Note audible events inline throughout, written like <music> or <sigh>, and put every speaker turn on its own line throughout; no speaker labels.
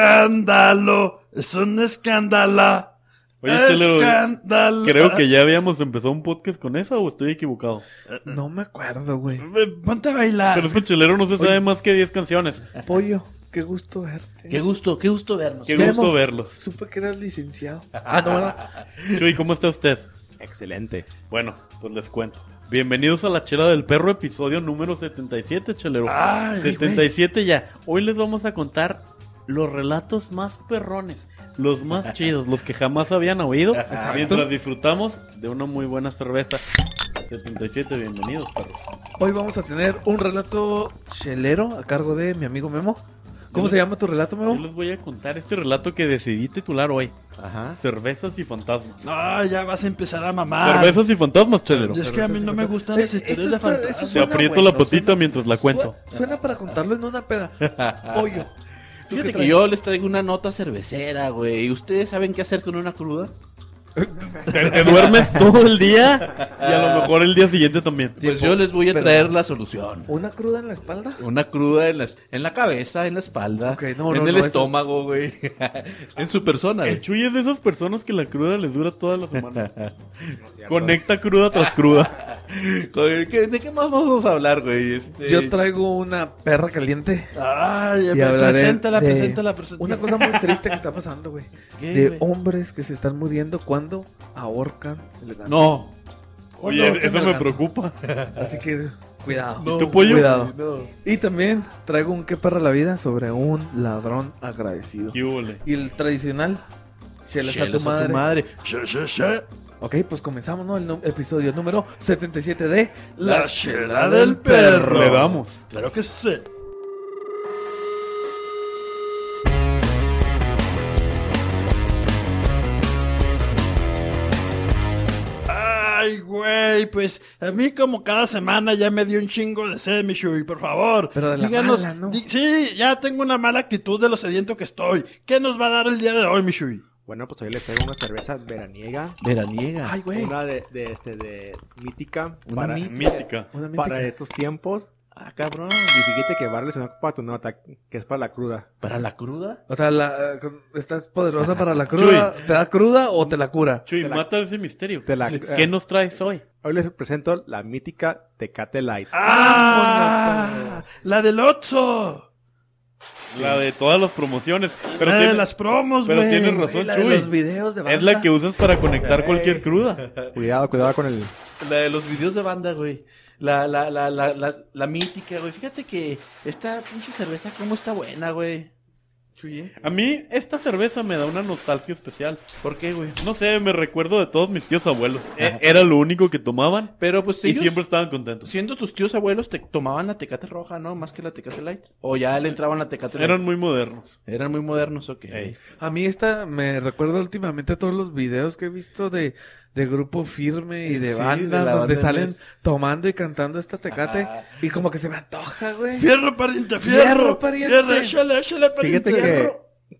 Escándalo. Es un escándalo.
Oye, Chelo, creo que ya habíamos empezado un podcast con eso o estoy equivocado.
No me acuerdo, güey.
Ah, Ponte a bailar.
Pero es que Chelero no se sabe más que 10 canciones.
Pollo, qué gusto verte.
Qué gusto, qué gusto vernos.
Qué
Memo.
gusto verlos.
Supe que eras
<laughs>
licenciado.
Ah, no, ¿verdad?
Chuy, ¿cómo está usted?
Excelente.
Bueno, pues les cuento. Bienvenidos a La Chela del Perro, episodio número 77, Chelero.
Ay,
77 ya. Hoy les vamos a contar los relatos más perrones, los más chidos, los que jamás habían oído, mientras disfrutamos de una muy buena cerveza. 77, bienvenidos, perros.
Hoy vamos a tener un relato chelero a cargo de mi amigo Memo. ¿Cómo se llama tu relato,
Yo
Memo?
les voy a contar este relato que decidí titular hoy.
Ajá.
Cervezas y fantasmas.
No, ya vas a empezar a mamar.
Cervezas y fantasmas, Chelero.
Ah.
Y es que a mí no me gustan las
Eh,
historias
eso
de
está-
fantasmas.
eso
Te
suena
aprieto
bueno,
la potita
suena-
mientras la cuento.
Su- Suena para contarlo en
<laughs>
una peda. Pollo. ¿tú qué
Fíjate que
traes?
yo les traigo una nota cervecera, güey. ¿Y ustedes saben qué hacer con una cruda?
Te, te duermes todo el día y a lo mejor el día siguiente también.
Pues yo les voy a
Pero-
traer la solución.
¿Una cruda en la espalda?
Una cruda en, las- en la cabeza, en la espalda,
Ok, no,
en
no, este-
el
no, eso-
estómago, güey. <laughs> en su persona,
El
güey.
Chuy es de esas personas que la cruda les dura toda la semana. Conecta cruda tras cruda.
Joder, ¿qué- ¿De qué más vamos a hablar, güey? Este,
Este Yo traigo una perra caliente.
Ay,
Y hablaré
preséntala,
de-
preséntala, preséntala.
Una cosa muy triste que está pasando, güey.
¿Qué,
De
güey?
hombres que se están muriendo cuando ahorcan el ganado.
No.
Cuando
Oye,
ahorcan
eso
el
me
ganado.
preocupa.
Así que cuidado.
¿Y tú, pollo?
Cuidado.
No.
Y también traigo un qué perra la vida sobre un ladrón agradecido.
¿Qué hule?
Y el tradicional, chelas,
Chelas
a tu madre.
Sí, sí, sí.
Ok, pues comenzamos, ¿no? El nu- episodio número 77 de
La chela del perro.
Le damos.
Claro que sí. Ay, güey, pues a mí como cada semana ya me dio un chingo de sed, mi Shui, por favor.
Pero de la mala, ¿no?
di- sí, ya tengo una mala actitud de lo sediento que estoy. ¿Qué nos va a dar el día de hoy, mi Shui?
Bueno, pues hoy le traigo una cerveza veraniega.
Veraniega.
Ay, güey.
Una de, de, este, de mítica.
Una
para,
mí-
Mítica.
Una mítica.
para estos tiempos. Ah, cabrón. Y fíjate que Barley es una copa nota, que es para la cruda.
¿Para la cruda?
O sea, la, eh, con- ¿estás poderosa para la cruda? ¿Te da cruda o te la cura?
Chuy,
Te la-
mata ese misterio.
te la-
¿Qué nos traes hoy?
Hoy les presento la mítica Tecate Light.
¡Ah! ¡La del Otso!
La de todas las promociones. Pero,
la de
tienes,
las promos, güey.
pero tienes
Y
razón,
la de los
Chuy.
videos
<laughs>
de
Es
banda.
la que usas para conectar cualquier cruda.
Cuidado, cuidado con el...
La de los videos de banda, güey. La, la, la, la, la, la mítica, güey. Fíjate que esta pinche cerveza, cómo está buena, güey. Chuye.
A mí, esta cerveza me da una nostalgia especial.
¿Por qué, güey?
No sé, me recuerdo de todos mis tíos abuelos. E- Era lo único que tomaban
Pero pues
y
ellos,
siempre estaban contentos.
siendo tus tíos abuelos, te tomaban la tecate roja, ¿no? Más que la tecate light. O ya le entraban la tecate light.
Eran muy modernos.
Eran muy modernos, ok.
Ey.
A mí esta me recuerda últimamente a todos los videos que he visto de, de grupo firme y de
Eh, Sí,
banda,
de la
donde
banda
salen
de-
tomando y cantando esta tecate.
Ajá.
Y como que se me antoja, güey.
Fierro, pariente,
Fierro,
fierro.
pariente.
Fierro, échale, échale, pariente.
Fíjate
Fierro.
que...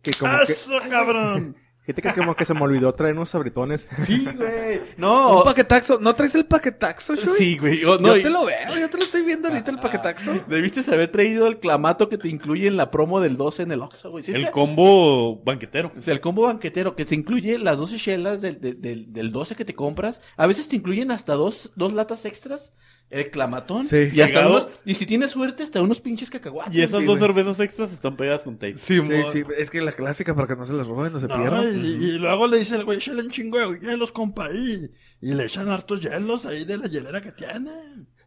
Que como que,
Eso, cabrón.
fíjate que como que se me olvidó traer unos sabritones. <laughs>
Sí, güey.
Un
No.
paquetaxo. ¿No traes el paquetaxo, Shui?
Sí, güey. Oh, no,
yo
y- Ah,
te lo veo, yo te lo estoy viendo ahorita el paquetaxo.
Debiste haber traído el clamato que te incluye en la promo del 12 en el Oxxo, güey. Siempre-
El combo banquetero.
O sea, el combo banquetero que te incluye las 12 chelas del, del- del, del 12 que te compras. A veces te incluyen hasta dos, dos latas extras. El clamatón.
Sí.
Y hasta
Pegado.
unos, Y si tienes suerte, hasta unos pinches cacahuates.
Y esas
sí,
dos
güey.
cervezas extras están pegadas con tape.
Sí, sí, es que la clásica para que no se las roben, no se
No,
pierdan.
y, y luego le dice el güey, échale un chingo de hielos, compa, ahí. Y le echan hartos hielos ahí de la hielera que tiene.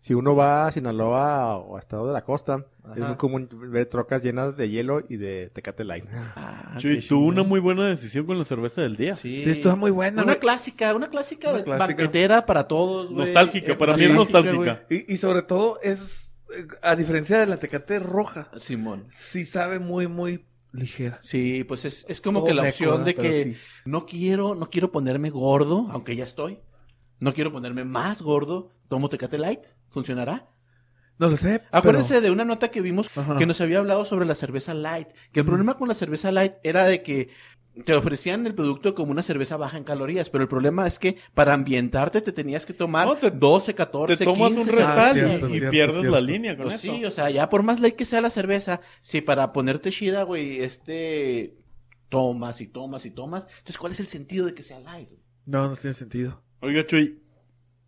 Si uno va a Sinaloa o a Estado de la Costa, es
Ajá.
muy común ver trocas llenas de hielo y de Tecate Light.
Ah,
Chuy,
qué
tuvo
chingón.
una muy buena decisión con la cerveza del día.
Sí.
Sí, está muy buena,
Una
güey.
clásica, una clásica,
Una
de-
clásica.
banquetera para todos. güey.
Nostálgica,
Eh,
para mí es
güey.
nostálgica.
Y, y sobre todo es, eh, a diferencia de la tecate roja,
Simón.
sí sabe muy, muy ligera.
Sí, pues es, es como
Oh,
que la
me
opción
acuerdo,
de
pero
que
sí.
no quiero, no quiero ponerme gordo, aunque ya estoy. No quiero ponerme más gordo. Tomo Tecate Light, funcionará.
No lo sé.
Acuérdense de una nota que vimos
Ah.
Ajá.
Mm.
que nos había hablado sobre la cerveza light. Que el problema con la cerveza light era de que te ofrecían el producto como una cerveza baja en calorías, pero el problema es que para ambientarte te tenías que tomar
No, te-
12, 14,
Te tomas
15,
un
¿sabes?
restal y-
Ah,
cierto,
y,
cierto,
pierdes
cierto.
la línea con
Pues
eso.
sí, o sea, ya por más light que sea la cerveza, si para ponerte chida, güey, este tomas y tomas y tomas, entonces ¿cuál es el sentido de que sea light? güey?
No, no tiene sentido.
Oiga, Chuy,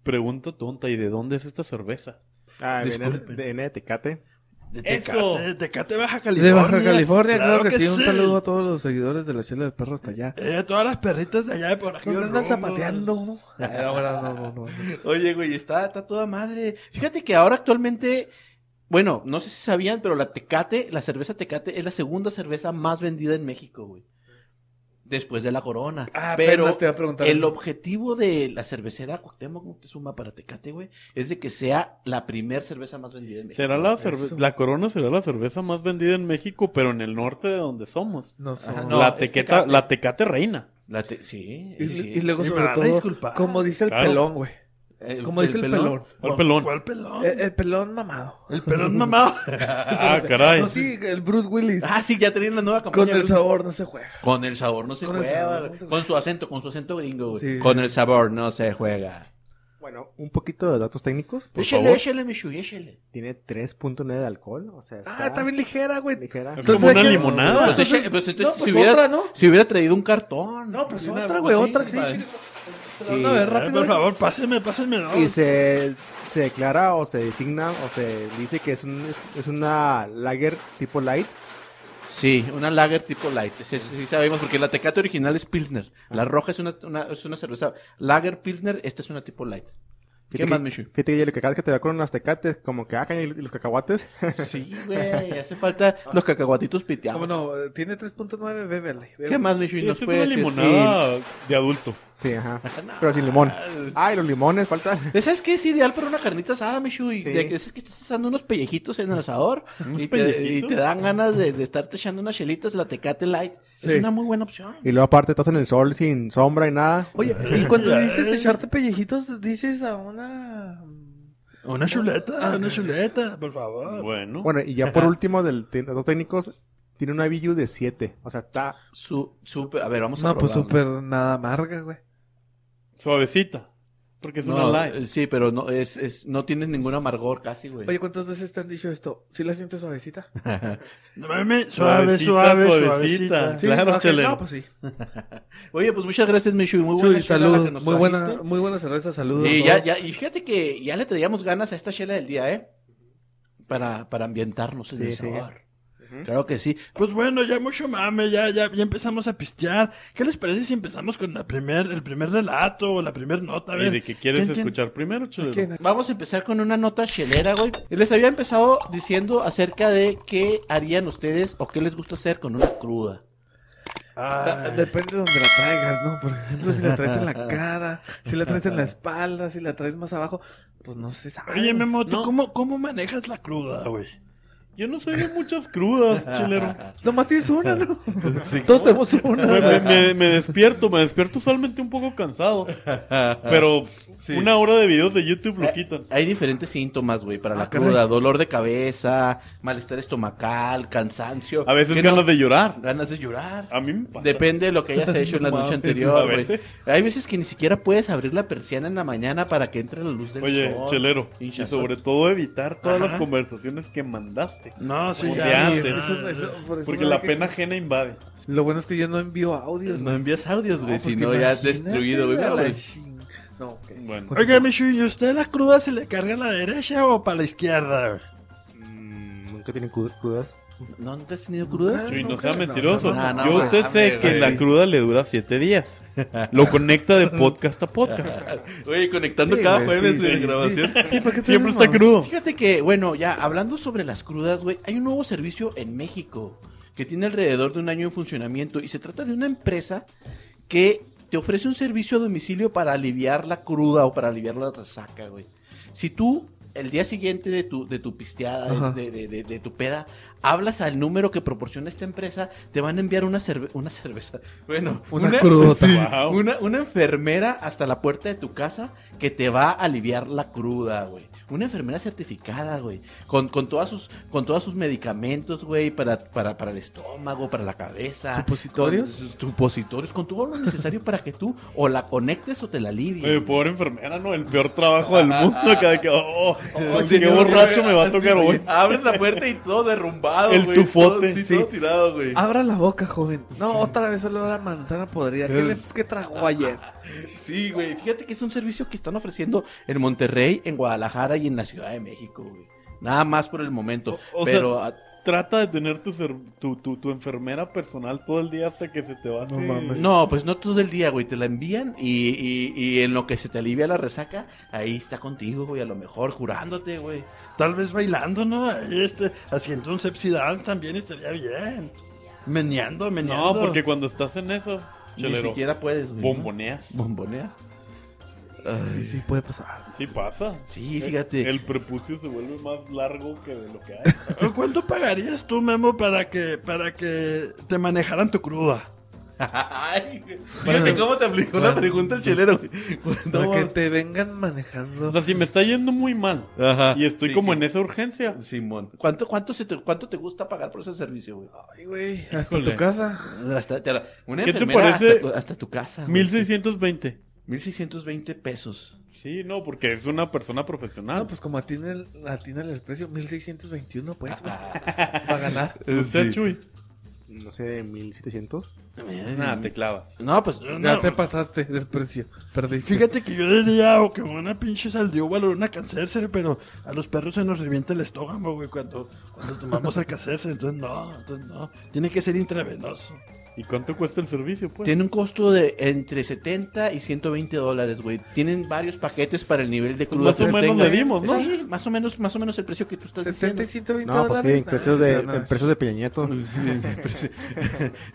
pregunta tonta, ¿y de dónde es esta cerveza?
<laughs> Ah, viene
Disculpen.
de, viene de Tecate.
De
Eso.
Tecate, Tecate Baja California.
De Baja California, claro, que, sí. Un
sí.
saludo a todos los seguidores de la chela del perro hasta allá.
Eh, todas las perritas de allá de por aquí.
¿Dónde andas
rumbo.
zapateando? no? Ay, ahora no, no, no.
Oye, güey, está, está toda madre. Fíjate que ahora actualmente, bueno, no sé si sabían, pero la Tecate, la cerveza Tecate es la segunda cerveza más vendida en México, güey. Después de la Corona.
Ah,
pero
apenas te iba a preguntar.
El
eso.
objetivo de la cervecera Cuauhtémoc Moctezuma para Tecate, güey, es de que sea la primer cerveza más vendida en México.
Será la
Eso.
cerve- la Corona será la cerveza más vendida en México, pero en el norte de donde somos.
Ah, No sé.
Ajá, no.
la
es
tequeta,
Tecate.
la Tecate reina.
La te- sí,
Y,
sí.
y luego,
Y me
sobre
van a
todo,
disculpar.
como dice el
Claro.
pelón, güey.
El-
Como dice el pelón.
Oh,
Eh,
¿Cuál pelón?
¿Cuál pelón?
El, el pelón mamado.
El pelón
<laughs>
mamado.
Ah, caray.
No, sí, el Bruce Willis.
Ah, sí, ya tenían la nueva
Con
campaña.
el sabor no se juega.
Con el sabor no se
Con el
juega.
sabor,
güey.
no se juega.
con su acento, con su acento gringo, güey.
Sí.
Con el sabor no se juega.
Bueno, un poquito de datos técnicos.
Por
échale,
favor.
échale, Michu, échale.
Tiene 3.9 de alcohol. O sea,
Ah, está bien ligera, güey.
ligera.
Es como una
deja-
limonada.
No,
Pues
entonces,
echa- pues entonces
no, pues
si hubiera-
otra, ¿no?
Si hubiera traído un cartón.
No, pues
Una-
otra, güey,
sí,
otra. Sí,
padre.
sí, Se la van a ver
Eh,
rápido.
Por
güey.
favor, pásenme, pásenme. dos.
Y se, se declara o se designa o se dice que es, un, es una lager tipo light.
Sí, una lager tipo light. Sí, sí, sí sabemos, porque la tecate original es Pilsner.
Ah.
La roja es una, una- es una cerveza. Lager Pilsner, esta es una tipo light. ¿Qué
Fíjate
más,
que-
Michu?
Fíjate que lo que acabas que te da con las tecates, como que acá y los cacahuates.
Sí, güey, hace falta los cacahuatitos
Ah,
piteados.
no, eh, tiene 3.9, bébele. bébele.
¿Qué más, Michu?
Sí,
¿Nos
esta es
puede
una
decir?
limonada de adulto.
Sí, ajá.
No.
Pero sin limón. Ay, los limones faltan.
Ah, ¿Sabes qué es ideal para una carnita asada, Michu? Y
Sí.
de que esas que estás asando unos pellejitos en el asador
¿Unos
y te, y
pellejitos?
te dan ganas de, de estarte echando unas chelitas, la Tecate Light.
Sí.
Es una muy buena opción.
Y luego aparte estás en el sol sin sombra y nada.
Oye, y
<laughs>
cuando dices echarte pellejitos, dices a una.
Una chuleta,
Ah.
una chuleta, por favor.
Bueno.
Bueno,
<laughs>
y ya por último, del de los técnicos, tiene una IBU de 7. O sea, está
Su, súper- a ver, vamos a
No, pues
probarlo.
súper nada amarga, güey.
Suavecita. Porque es una
No,
light.
eh, Sí, pero no, es, es, no tienes ningún amargor casi, güey.
Oye, ¿cuántas veces te han dicho esto? ¿Sí la sientes suavecita?
Ah,
No mames, suave, suave,
Suavecita,
suavecita.
suavecita. Claro,
ok,
chelero.
No, pues sí.
Oye, pues muchas gracias, Michu. y Muy
Sí,
buena chela la
saludos.
que nos
Muy buena,
trajiste.
muy buena cerveza, saludos.
Y
a
ya,
todos.
ya, y fíjate que ya le traíamos ganas a esta chela del día, ¿eh? Para, para ambientarnos en
Sí,
el
sí.
sabor. Claro que sí.
Pues bueno, ya mucho mame, ya, ya, ya empezamos a pistear. ¿Qué les parece si empezamos con la primer, el primer relato o la primer nota? A
¿Y
ver,
de qué quieres
¿quién- quién-
escuchar primero, chelero?
¿Quién?
Vamos a empezar con una nota chelera, güey. Les había empezado diciendo acerca de qué harían ustedes o qué les gusta hacer con una cruda.
Ah, Depende de donde la traigas, ¿no? Por ejemplo, si la traes en
<laughs>
la cara, si la traes en la espalda, si la traes más abajo, pues no se sabe.
Oye, Memo, ¿tú
No.
cómo, cómo manejas la
Ah,
cruda, güey?
Yo no soy de muchas
<laughs>
crudas, chelero.
Nomás tienes una, ¿no? Todos tenemos una.
Me, me-
güey.
me- me despierto, me despierto usualmente un poco cansado. Pero una hora de videos de YouTube
Eh,
lo quitan.
Hay diferentes síntomas, güey, para la
Ah, caray.
cruda. Dolor de cabeza, malestar estomacal, cansancio.
A veces
que
ganas
no-
de llorar.
ganas de llorar.
A mí me pasa.
Depende de lo que hayas
<laughs>
hecho en la
No
noche
mames,
anterior,
a
güey.
veces.
Hay veces que ni siquiera puedes abrir la persiana en la mañana para que entre la luz del
Oye,
sol.
chelero. Y
Pinche
sobre todo evitar todas las
Ajá.
conversaciones que mandaste.
No, sí,
Como
ya,
de
ya,
antes.
ya.
Eso- eso- por eso
Porque
no
la
hay Pues que-
pena ajena invade.
Lo bueno es que yo no envío audios.
No envías audios, güey,
porque
si no ya has
imagínate
destruido, güey.
a
Mira,
la
güey.
chin- No, ok.
Bueno.
Oiga, Michu, ¿y usted la cruda se le carga a la derecha o para la izquierda, güey?
Mm, Nunca tienen cru- crudas.
¿No, ¿Nunca has tenido cruda?
Chuy, no
No,
sea
no,
mentiroso.
no, no,
Yo a usted
mames,
sé que
güey.
la cruda le dura siete días. Lo conecta
<laughs>
de podcast a podcast.
Oye, conectando
Sí,
cada
güey,
jueves
sí,
de
sí.
grabación.
Sí, ¿para qué te
Siempre
haces,
está crudo.
<laughs> Fíjate que, bueno, ya hablando sobre las crudas, güey, hay un nuevo servicio en México que tiene alrededor de un año en funcionamiento y se trata de una empresa que te ofrece un servicio a domicilio para aliviar la cruda o para aliviar la resaca, güey. Si tú el día siguiente de tu, de tu pisteada,
Ajá.
de, de- de- de tu peda, hablas al número que proporciona esta empresa, te van a enviar una, cerve- una cerveza. Bueno,
Una crudota.
sí,
Wow.
una, una enfermera hasta la puerta de tu casa que te va a aliviar la cruda, güey. Una enfermera certificada, güey. Con, con, todas sus, con todos sus medicamentos, güey, para, para, para el estómago, para la cabeza.
¿Supositorios?
Con sus Supositorios, con todo lo necesario para que tú o la conectes o te la alivies.
Oye, eh, pobre enfermera, ¿no? El peor trabajo del mundo. Cada que, oh, oh,
Ay,
qué
señor,
borracho
güey.
me va a
Sí,
tocar
güey.
hoy.
Abren la puerta y todo derrumbado,
El
güey.
tufote.
Todo, sí,
Sí.
todo tirado, güey.
Abra la boca, joven. No, otra vez solo la manzana podrida. ¿Qué, le-
Es-
qué tragó ayer?
Sí, güey. Fíjate que es un servicio que están ofreciendo en Monterrey, en Guadalajara y en la Ciudad de México, güey. Nada más por el momento.
O- o
pero
sea,
ah,
Trata de tener tu, ser- tu, tu, tu enfermera personal todo el día hasta que se te va.
No mames.
no, pues no todo el día, güey. Te la envían y, y- y en lo que se te alivia la resaca, ahí está contigo, güey. A lo mejor jurándote, güey.
Tal vez bailando, ¿no? Ahí, este, haciendo un sepsi dance también estaría bien. Meneando, meneando.
No, porque cuando estás en esas,
Ni
chelero,
siquiera puedes, güey. ¿no?
bomboneas.
Bomboneas.
Sí, sí, puede pasar.
<laughs> Sí pasa.
Sí, fíjate.
Eh, El prepucio se vuelve más largo que de lo que hay.
¿Cuánto pagarías tú, Memo, para que, para que te manejaran tu cruda?
<laughs> Ay, güey. fíjate cómo te aplicó la
Bueno.
pregunta el chelero, güey. <laughs>
Para
Cuando-
que te vengan
O
manejando.
sea, si me está yendo muy mal
Ajá.
y estoy
Sí,
como
que-
en esa urgencia,
Simón. ¿Cuánto, cuánto, se te, ¿Cuánto te gusta pagar por ese servicio, güey?
Ay, güey, hasta
Híjole.
tu casa.
Hasta, te la- una
¿Qué te
enfermera
parece
Hasta, hasta tu casa. güey.
1620.
1620 pesos.
Sí, no, porque es una persona profesional.
No, pues como atina el, atina el precio, 1621, pues, güey. Para ganar.
pues,
Usted, Chuy.
No sé, de 1700.
Nada, te clavas.
No, pues no,
Ya
no.
te pasaste del precio. Perdiste.
Fíjate que yo diría, o que una pinche saldióbalo, una cáncer, pero a los perros se nos revienta el estómago, güey, cuando, cuando tomamos el cáncer, entonces no, entonces no. Tiene que ser intravenoso.
¿Y cuánto cuesta el servicio, pues?
Tiene un costo de entre 70 y 120 dólares, güey. Tienen varios paquetes para el nivel de crudo
Pues, Más
que
o menos
tengas.
le dimos, ¿no?
Sí, más o menos, más o menos el precio que tú estás
70
diciendo.
y 120
No, pues
dólares.
sí, en
nah,
precios
o
de,
sea, no.
en precios de Peña Nieto. <laughs>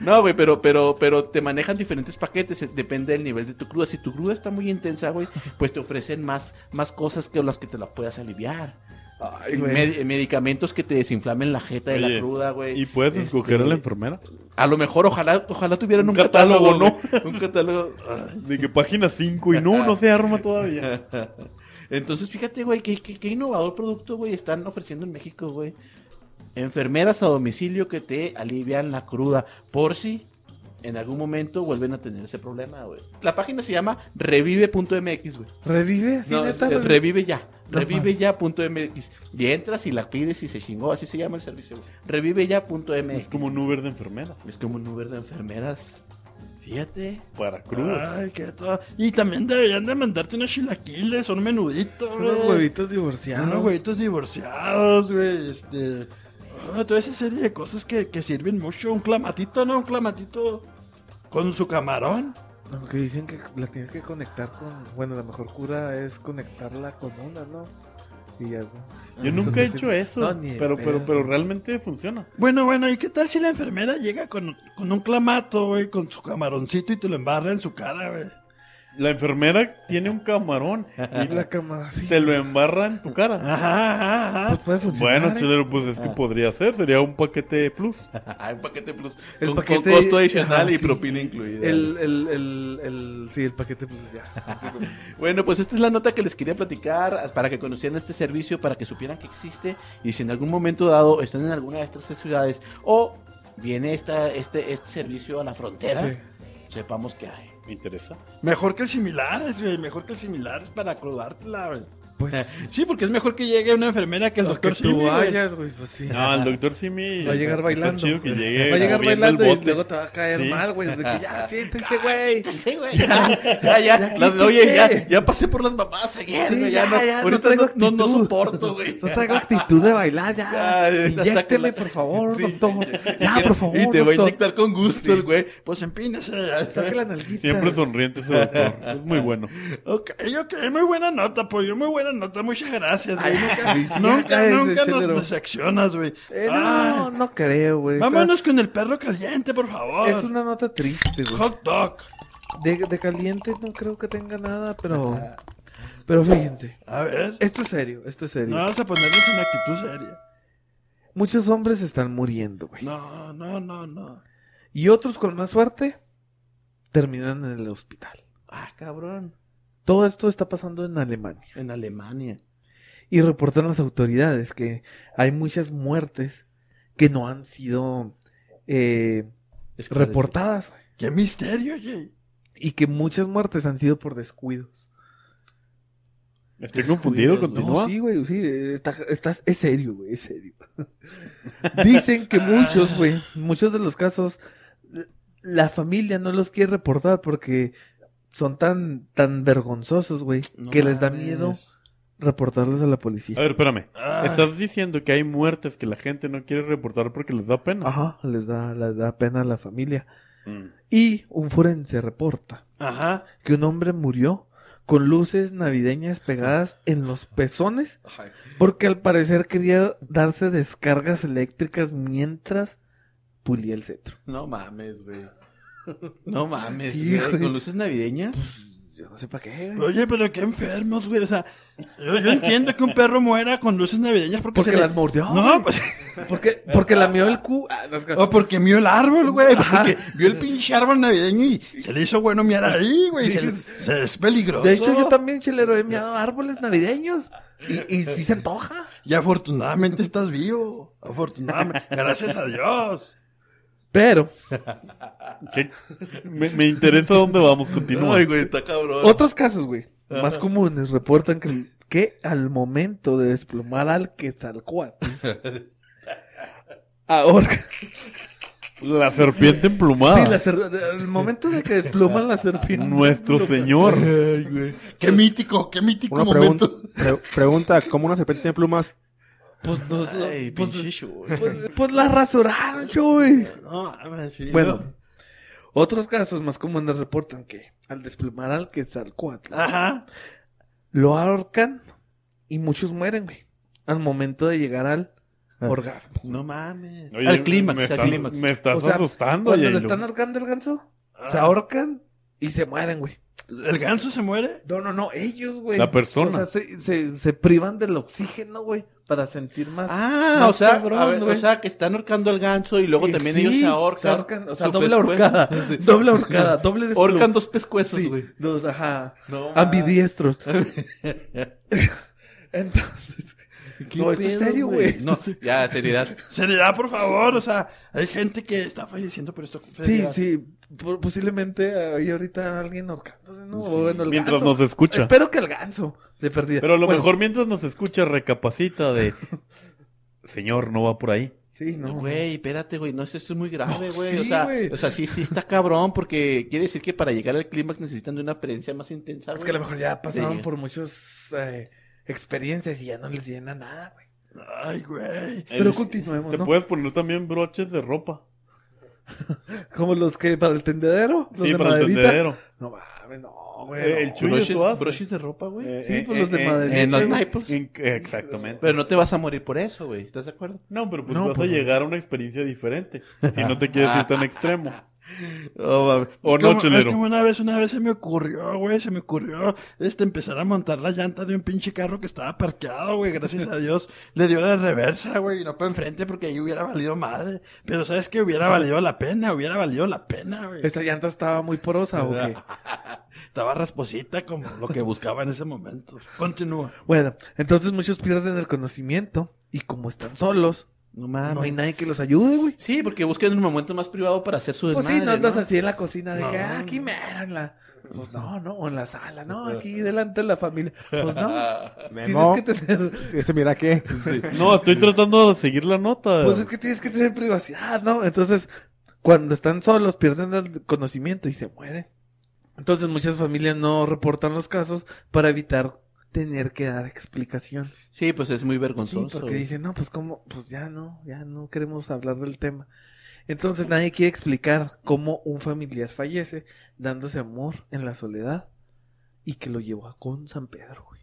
No, güey, pero, pero, pero te manejan diferentes paquetes, eh, depende del nivel de tu cruda. Si tu cruda está muy intensa, güey, pues te ofrecen más, más cosas que las que te la puedas aliviar.
Ay, güey.
Med- medicamentos que te desinflamen la jeta de
Oye,
la cruda, güey.
¿Y puedes
Este,
escoger a la enfermera?
A lo mejor, ojalá, ojalá tuvieran
Un
un,
catálogo,
catálogo, ¿no? <laughs> un catálogo.
De que página 5 y no, no se arma todavía.
<laughs> Entonces, fíjate, güey, qué, qué- qué innovador producto, güey, están ofreciendo en México, güey. Enfermeras a domicilio que te alivian la cruda, por si en algún momento vuelven a tener ese problema, güey. La página se llama revive.mx, güey.
Revive, sí,
No,
neta.
es- eh,
revive.
revive ya,
No,
revive ya.mx. Y entras y la pides y se chingó, así se llama el servicio. güey. Revive
Es
ya.mx.
como un Uber de enfermeras.
Es como un Uber de enfermeras. Fíjate.
Para crudos.
Ay, qué to- Y también deberían de mandarte unos chilaquiles, un menudito, güey.
Unos huevitos
Unos
divorciados.
huevitos divorciados, güey, este... ah, toda esa serie de cosas que, que sirven mucho. Un clamatito, ¿no? Un clamatito con su camarón.
Aunque dicen que la tienes que conectar con. Bueno, la mejor cura es conectarla con una, ¿no? Y ya, güey.
Yo nunca he hecho eso,
No, ni de
pero, pero,
pedo.
pero realmente funciona.
Bueno, bueno, ¿y qué tal si la enfermera llega con, con un clamato, güey, con su camaroncito y te lo embarra en su cara, güey?
La enfermera tiene un camarón
Y
y
<laughs> la cama así.
te lo embarra en tu cara.
Ajá, ajá,
Pues
ajá.
puede funcionar.
Bueno,
¿eh?
chilero, pues es que podría ser. Sería un paquete
<laughs>
plus.
Hay un Ah, paquete plus.
El
con,
paquete-
con costo adicional
Ajá,
y
sí,
propina incluida.
El, el, el, el, sí, el paquete, pues ya.
Bueno, pues esta es la nota que les quería platicar para que conocieran este servicio, para que supieran que existe y si en algún momento dado están en alguna de estas tres ciudades o viene esta, este, este servicio a la frontera,
<laughs> Sí.
sepamos que hay.
Me interesa.
Mejor que el similares, güey, mejor que el similares para acordártela, güey.
<laughs>
Pues.
Sí, porque es mejor que llegue una enfermera que el
Lo que
doctor Simi,
tú
güey.
vayas, güey, pues sí.
No, el doctor Simi.
Va a llegar
está
bailando.
chido que llegue
Va a llegar
moviendo el
bailando y
bote.
luego te va a caer
Sí.
mal, güey. De
<laughs>
que ya siéntese, güey.
Sí,
<laughs>
güey, ya, ya, ya, la-
quítese.
oye, ya, ya pasé por las mamás ayer,
Sí,
güey, ya,
ya,
no,
ya, no
ahorita
traigo
no, no- no
actitud.
soporto, güey.
No traigo actitud de bailar,
Ya, <laughs>
ya.
hasta que la-
Inyécteme, por favor,
Sí. <laughs>
doctor. <laughs> Ya, por favor.
Y te voy a
doctor.
inyectar con gusto el güey.
Pues empínese.
eh,
ya.
Saque la nalguita.
Siempre sonriente ese doctor. Es muy bueno.
Ok, ok, muy buena nota, pollo, muy buena nota, muchas gracias, güey. Nunca,
Ay,
nunca,
ese
nunca nos
chelero.
decepcionas, güey.
Eh,
Ah,
no, no creo, güey. Está-
vámonos con el perro caliente, por favor.
Es una nota triste, güey.
Hot dog.
De, de caliente no creo que tenga nada, pero Pero fíjense,
A ver.
esto es serio, esto es serio.
No vamos a ponernos en actitud seria.
Muchos hombres están muriendo, güey.
No, no, no, no.
Y otros con más suerte terminan en el hospital.
Ah, cabrón.
Todo esto está pasando en Alemania.
En Alemania.
Y reportan las autoridades que hay muchas muertes que no han sido eh,
Es que
reportadas, güey.
Qué misterio, Jay.
Y que muchas muertes han sido por descuidos.
Estoy confundido,
Descuidos,
continúa.
Pues No, sí, güey, sí, eh, está, estás- es serio, güey, es serio. <laughs> Dicen que muchos, güey, muchos de los casos, l- la familia no los quiere reportar porque son tan, tan vergonzosos, güey,
No
que les da
mames.
miedo reportarlos a la
A
policía.
ver, espérame.
Ah.
Estás diciendo que hay muertes que la gente no quiere reportar porque les da pena.
Ajá, les da, les da pena a la familia.
Mm.
Y un forense reporta
Ajá.
que un hombre murió con luces navideñas pegadas en los pezones
Ay,
porque al parecer quería darse descargas eléctricas mientras pulía el cetro.
No mames, güey. <laughs> No mames,
Sí,
güey.
güey.
¿Con luces navideñas?
Yo no sé para qué, güey.
Oye, pero qué enfermos, güey. O sea, yo, yo entiendo que un perro muera con luces navideñas porque,
Porque
se le-
las mordió.
No, pues. Oh,
Porque, porque lamió el cu. Ah, no, es que-
O porque vio el árbol, güey.
Ajá.
Porque vio el pinche árbol navideño y se le hizo bueno miar ahí, güey. Se le- se- es peligroso.
De hecho, yo también, chelero, he miado árboles navideños. Y, y sí se antoja.
Y afortunadamente estás vivo. Afortunadamente. Gracias a Dios.
Pero
¿Qué? Me, me interesa dónde vamos, continúa.
güey, está cabrón.
otros casos, güey, más comunes reportan que, que al momento de desplomar al <laughs> Quetzalcóatl, ahorca.
La serpiente emplumada.
Sí, la ser- al momento de que desploman la serpiente. <laughs>
Nuestro señor.
Ay, güey. Qué mítico, qué mítico
Una pregunta,
momento.
pre- pregunta, ¿cómo una serpiente tiene plumas?
<laughs> Pues, nos lo-
Ay,
pues,
pinche show.
pues- pues la rasuraron, güey.
No mames, güey.
Bueno, otros casos más comunes reportan que al desplomar al Quetzalcóatl
Ajá.
lo ahorcan y muchos mueren, güey, al momento de llegar al orgasmo.
No mames.
Oye,
al clímax,
me
al
estás,
clímax.
me estás
O sea,
asustando,
Cuando le
Yailo.
están ahorcando el ganso, ah. se ahorcan y se mueren, güey.
¿El ganso se muere?
No, no, no, ellos, güey.
La persona.
O sea, se, se- se privan del oxígeno, güey, para sentir más.
Ah,
Más
o sea,
cabrón,
a ver,
güey.
o sea, que están ahorcando al ganso y luego
Y
también
Eh, sí,
ellos se ahorcan.
O sea,
su
doble
pescuezo.
ahorcada.
<laughs> Sí.
Doble ahorcada, doble desplom-
Ahorcan dos pescuezos,
Sí, Ah,
güey. Ah.
dos, ajá.
No, <laughs>
Ambidiestros. Entonces, no, esto es serio, güey.
No, <laughs> ya, seriedad.
Seriedad, por favor. O sea, hay gente que está falleciendo por esto.
Sí, sí, po- posiblemente hay ahorita alguien ahorcándose, ¿no? O bueno, el
Mientras
ganso.
nos escucha.
Espero que el ganso de perdida.
Pero a lo
Bueno,
mejor mientras nos escucha recapacita de... <laughs> Señor, no va por ahí.
Sí, <laughs> no.
Güey, espérate, güey. No, esto esto es muy grave,
No,
güey.
sí,
o, sea,
güey.
o sea, sí, sí está cabrón porque quiere decir que para llegar al clímax necesitan de una experiencia más intensa,
Es
güey.
que a lo mejor ya pasaron
Sí.
por muchas eh, experiencias y ya no les llena nada, güey.
Ay, güey.
Pero
El-
continuemos,
Te
¿no?
puedes poner también broches de ropa.
Como los que para el tendedero, los
Sí,
de
para el
maderita.
tendedero.
No mames, no, güey.
Eh,
no.
el chulo.
Broches,
eso hace.
broches de ropa, güey.
Eh,
Sí,
eh,
pues los de
eh,
maderita.
en los
En-
naiples. En- Exactamente.
Pero no te vas a morir por eso, güey. ¿Estás de acuerdo?
No, pero pues
No,
vas
pues,
a
no.
llegar a una experiencia diferente. Si no te quieres
<laughs>
ir tan extremo. O
Es
no,
como- es
chelero.
como una vez, una vez se me ocurrió, güey, se me ocurrió este empezar a montar la llanta de un pinche carro que estaba parqueado, güey, gracias a Dios. Le dio de reversa, güey, y no para enfrente porque ahí hubiera valido madre. Pero sabes que hubiera valido la pena, hubiera valido la pena,
eh.
güey.
¿Esta llanta estaba muy porosa
<laughs>
o qué?
Estaba rasposita como lo que buscaba en ese momento. Continúa.
Bueno, entonces muchos pierden el conocimiento y como están solos,
No
Ah,
no hay
mames.
nadie que los ayude, güey.
Sí, porque buscan un momento más privado para hacer su
Pues
desmadre,
sí, no andas
¿no?
así en la cocina de que,
No.
ah, aquí me harán la... Pues no, no, o en la sala,
<laughs>
no, aquí delante de la familia. Pues no,
Memo,
tienes que tener...
ese mira qué.
No, estoy tratando de seguir la nota.
Pues es que tienes que tener privacidad, ¿no? Entonces, cuando están solos, pierden el conocimiento y se mueren. Entonces, muchas familias no reportan los casos para evitar tener que dar explicación.
Sí, pues es muy
Sí,
vergonzoso.
porque
güey.
dicen, no, pues cómo, pues ya no, ya no queremos hablar del tema. Entonces nadie quiere explicar cómo un familiar fallece dándose amor en la soledad y que lo llevó a con San Pedro, güey.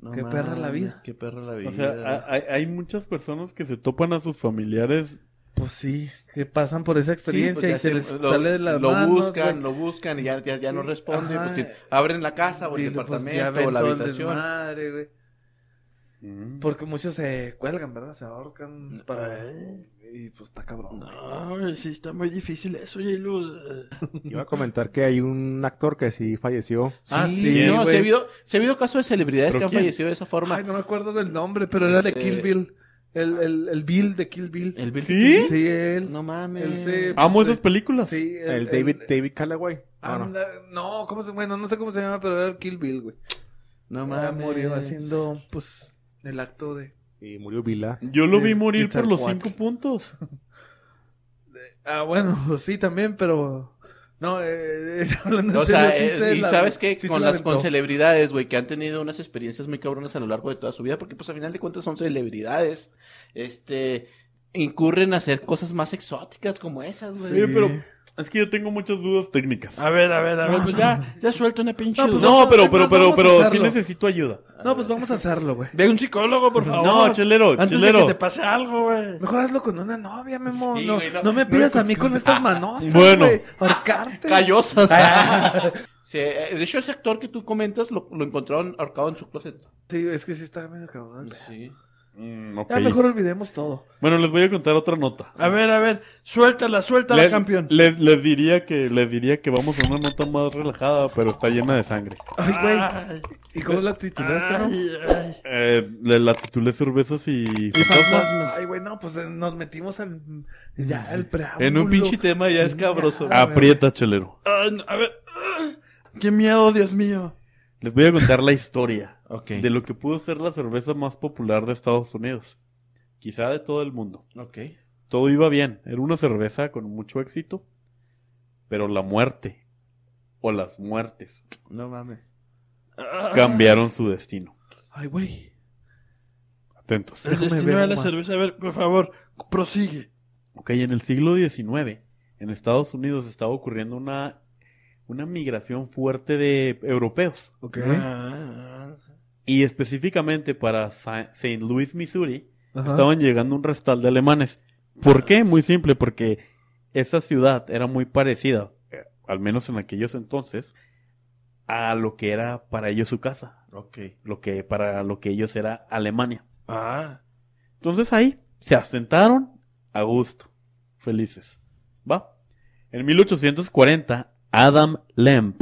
No
qué perra la vida.
Qué perra la vida.
O sea, ha- hay, hay muchas personas que se topan a sus familiares
Pues sí, que pasan por esa experiencia
Sí, pues,
y se
ya
les
sé,
sale de las
lo
manos,
buscan,
güey.
lo buscan y ya, ya, ya no responde.
Ajá.
pues, abren la casa o el
Y, pues, ya
departamento
ven
o la
todo el
habitación.
desmadre, güey.
Mm.
Porque muchos se cuelgan, ¿verdad? Se ahorcan para...
Ay.
Y pues está cabrón.
No, güey, sí está muy difícil eso, J-Lo. Eh,
<laughs> Iba a comentar que hay un actor que sí falleció.
Ah, sí,
Sí, no,
güey.
se ha habido, se ha habido casos de celebridades
¿Pero
que han
quién?
fallecido de esa forma.
Ay, no me acuerdo del nombre, pero era de
Este- ah.
Kill Bill. El, el, el Bill de Kill Bill.
El Bill
¿Sí?
Gates.
Sí, él.
No mames.
Él se-
Amo
Sí.
esas películas.
Sí, el,
El, David, David Callaway. Ah, no.
anda- no, ¿cómo se, bueno, no sé cómo se llama, pero era el Kill Bill, güey.
No
Ah,
mames.
murió haciendo, pues, el acto de...
Y murió Vila.
Yo lo vi
Eh,
morir
Pizza
por los
Cuatro.
cinco puntos.
Ah, bueno, <laughs> pues, sí, también, pero... No, eh, <laughs> eh, hablando en
O sea,
serio, sí
eh,
se
y
la-
sabes que
sí se
con
la
las con
aventó.
celebridades, güey, que han tenido unas experiencias muy cabronas a lo largo de toda su vida, porque pues a final de cuentas son celebridades, este, incurren a hacer cosas más exóticas como esas, güey.
Oye, pero es que yo tengo muchas dudas técnicas.
A ver, a ver, a ver, pues ya, ya suelta una pinche.
No, pues,
duda.
No, pero, pero,
vamos a
pero, pero sí
hacerlo.
necesito ayuda.
No, pues vamos a hacerlo, güey.
Ve un psicólogo, por favor.
No, chelero,
Antes de
chelero.
que te pase algo, güey.
Mejor hazlo con una novia, Memo.
Sí,
no,
güey, no-
no me
no
pidas a mí con estas manotas,
Bueno.
güey. Ahorcarte.
Callosas.
<laughs>
Sí, eh, de hecho, ese actor que tú comentas lo, lo encontraron ahorcado en su closet.
Sí, es que sí está medio cabrón.
Sí.
Mm, ok.
Ya mejor olvidemos todo.
Bueno, les voy a contar otra nota.
A ver, a ver, suéltala, suéltala,
Les,
campeón.
les, les diría que les diría que vamos a una nota más relajada, pero está llena de sangre.
Ay, güey.
Ay,
¿Y cómo la titulaste, no?
Ah. ay, ay.
Eh, le- la titulé cervezas y
Ay, güey, no, pues eh, nos metimos al. Ya, al preámbulo.
En un pinche tema ya es
Chingada.
cabroso.
Ah.
aprieta, chelero.
Ay, no, a ver. ah, Qué miedo, Dios mío.
Les voy a contar la historia
Ok.
de lo que pudo ser la cerveza más popular de Estados Unidos, quizá de todo el mundo.
Ok.
Todo iba bien, era una cerveza con mucho éxito, pero la muerte o las muertes
No mames.
Ah,
cambiaron su destino.
Ay, güey.
Atentos.
El
Déjame
destino
ver
de la
nomás.
cerveza, a ver, por favor, prosigue.
Ok, en el siglo XIX, en Estados Unidos estaba ocurriendo una, una migración fuerte de europeos.
Ok.
Ah,
Y específicamente para Sa- St. Louis, Missouri,
Ajá.
estaban llegando un restal de alemanes. ¿Por qué? Muy simple, porque esa ciudad era muy parecida, eh, al menos en aquellos entonces, a lo que era para ellos su casa,
Ok.
lo que para lo que ellos era Alemania.
ah,
Entonces ahí se asentaron a gusto, felices. ¿Va? En 1840, Adam Lemp,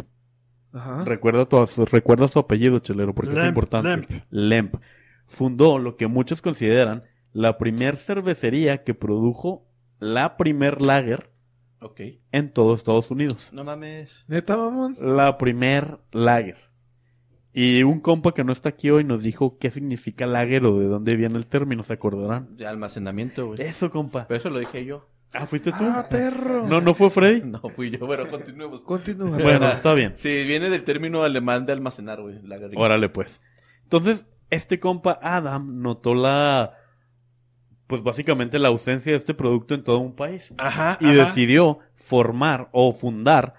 Ajá.
recuerda, todas- recuerda su apellido, chelero, porque es
Lemp,
importante.
Lemp.
Lemp fundó lo que muchos consideran la primer cervecería que produjo la primer lager
Ok.
en todo Estados Unidos.
No mames.
Neta, mamón.
La primer lager. Y un compa que no está aquí hoy nos dijo qué significa lager o de dónde viene el término, ¿se acordarán?
De almacenamiento, güey.
Eso, compa.
Pues, Pero eso lo dije yo. <laughs>
Ah, ¿fuiste tú?
Ah, perro.
No, no fue Freddy.
No fui yo, pero pues, continuemos.
Continúa.
Bueno, está bien.
Sí, viene del término alemán de almacenar, güey. la garriga.
Órale, pues. Entonces, este compa Adam notó la. Pues básicamente la ausencia de este producto en todo un país.
ajá,
y
ajá.
decidió formar o fundar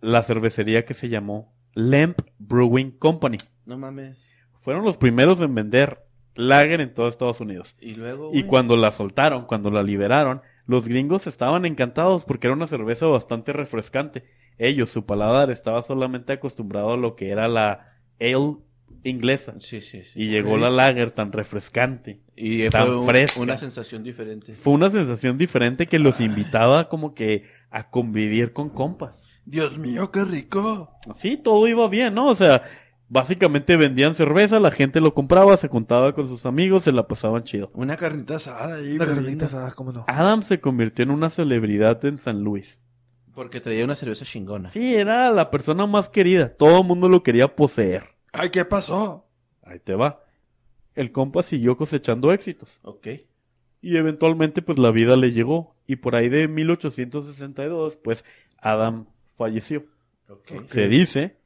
la cervecería que se llamó Lemp Brewing Company.
No mames.
Fueron los primeros en vender lager en todo Estados Unidos.
Y luego.
Y
güey?
cuando la soltaron, cuando la liberaron, los gringos estaban encantados porque era una cerveza bastante refrescante. Ellos, su paladar estaba solamente acostumbrado a lo que era la ale inglesa.
Sí, sí, sí.
Y llegó
Ok.
la lager tan refrescante.
Y,
Tan
fue un-
fresca.
una sensación diferente.
Fue una sensación diferente que los invitaba como que a convivir con compas.
Dios mío, qué rico.
Sí, todo iba bien, ¿no? O sea, básicamente vendían cerveza, la gente lo compraba, se juntaba con sus amigos, se la pasaban chido.
Una carnita asada ahí.
Una
bien
carnita
linda.
asada, ah, cómo no. <laughs>
Adam se convirtió en una celebridad en San Luis.
Porque traía una cerveza chingona.
Sí, era la persona más querida. Todo el mundo lo quería poseer.
Ay, ¿qué pasó?
Ahí te va. El compa siguió cosechando éxitos.
Ok.
Y eventualmente, pues la vida le llegó. Y por ahí de 1862, pues Adam falleció.
Ok.
Se dice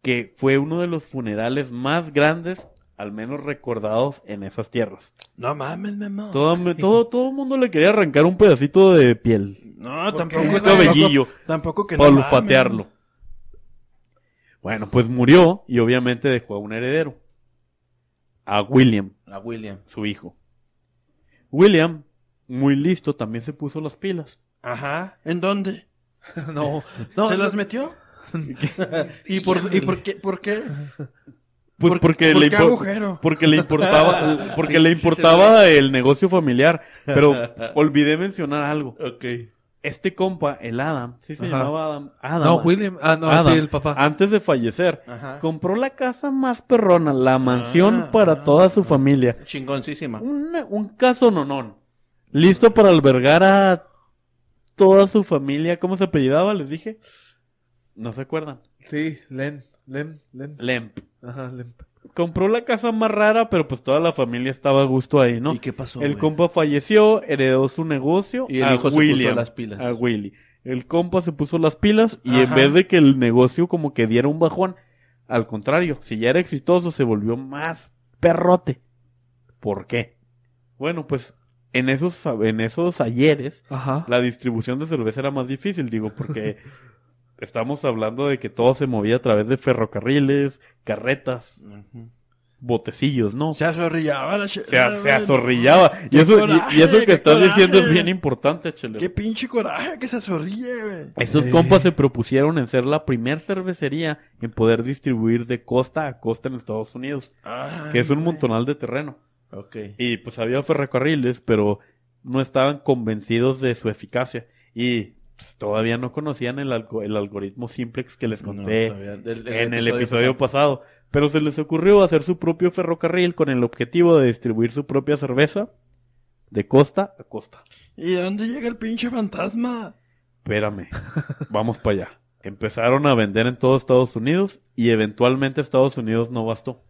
que fue uno de los funerales más grandes, al menos recordados en esas tierras.
No mames, Memo.
Todo el todo, todo el mundo le quería arrancar un pedacito de piel,
No,
¿Por
tampoco.
qué,
un
güey?
tampoco-
cabellillo,
Tampoco que no.
para
mames.
olfatearlo. Bueno, pues murió y obviamente dejó a un heredero, a William,
A William.
su hijo. William muy listo, también se puso las pilas.
Ajá. ¿En dónde?
No, no.
¿Se
no.
las
<laughs>
metió? <laughs> ¿Y, por, ¿Y por qué? ¿Por qué?
Pues
¿Por-
porque
por
le
qué
impor-
agujero?
porque
<laughs>
le importaba porque le importaba el negocio familiar, pero olvidé mencionar algo.
Ok.
Este compa, el Adam, sí se
Ajá.
llamaba Adam. Adam.
No, William. Ah, no,
Adam,
sí, el papá.
Antes de fallecer,
Ajá.
compró la casa más perrona, la mansión
Ah,
para
ah,
toda su familia.
Chingoncísima.
Un, un caso nonón. Listo para albergar a toda su familia. ¿Cómo se apellidaba? Les dije. No se acuerdan.
Sí, Len. Len, Len.
Lemp.
Ajá, Len.
Compró la casa más rara, pero pues toda la familia estaba a gusto ahí, ¿no?
¿Y qué pasó?
El
güey?
compa falleció, heredó su negocio
Y el
a
hijo se puso
William,
las pilas.
A Willy. El compa se puso las pilas y en
Ajá.
vez de que el negocio como que diera un bajón, al contrario, si ya era exitoso, se volvió más perrote. ¿Por qué? Bueno, pues en esos, en esos ayeres,
Ajá.
la distribución de cerveza era más difícil, digo,
<laughs>
porque estamos hablando de que todo se movía a través de ferrocarriles, carretas,
Ujú.
botecillos, ¿no?
Se azorrillaba la che-
se, a- se
la-
azorrillaba. Y
Qué
eso, y-
coraje,
y eso que
qué
estás
coraje.
diciendo es bien importante, Chelo.
Qué pinche coraje que se azorrille, güey.
Estos
Sí.
compas se propusieron en ser la primer cervecería en poder distribuir de costa a costa en Estados Unidos,
Ay,
que es un
güey.
montonal de terreno.
Ok.
Y pues había ferrocarriles, pero no estaban convencidos de su eficacia. Y pues, todavía no conocían el, algo- el algoritmo simplex que les conté
No, todavía. Del- del
en el episodio pasado. Pero se les ocurrió hacer su propio ferrocarril con el objetivo de distribuir su propia cerveza de costa a costa.
¿Y de dónde llega el pinche fantasma?
Espérame, vamos para allá. Empezaron a vender en todo Estados Unidos y eventualmente Estados Unidos no bastó.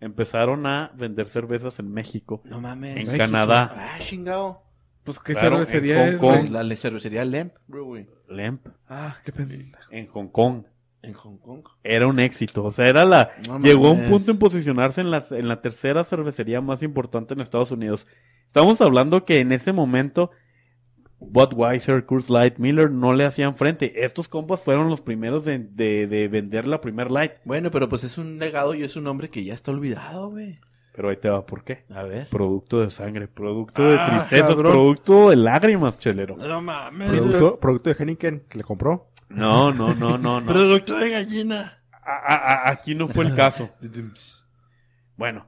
Empezaron a vender cervezas en México,
No mames.
en
México.
Canadá,
Ah, chingado.
Pues qué
Claro,
cervecería
en
es,
Hong
güey?
Kong.
La le- cervecería Lemp, Brewery.
Lemp,
Ah, qué pendejo.
en Hong Kong.
En Hong Kong.
Era un éxito, o sea, era la...
No
Llegó a un
mames.
punto en posicionarse en la, en la tercera cervecería más importante en Estados Unidos. Estamos hablando que en ese momento Budweiser, Coors Light, Miller no le hacían frente. Estos compas fueron los primeros de, de- de vender la primer Light.
Bueno, pero pues es un legado y es un hombre que ya está olvidado, güey.
Pero ahí te va, ¿por qué?
A ver.
Producto de sangre, producto
Ah,
de tristezas,
cabrón.
producto de lágrimas, chelero.
No mames. güey.
Producto, producto de Heineken que le compró.
No, no, no, no, no.
Producto de gallina.
A- a- a- aquí no fue el caso. Bueno,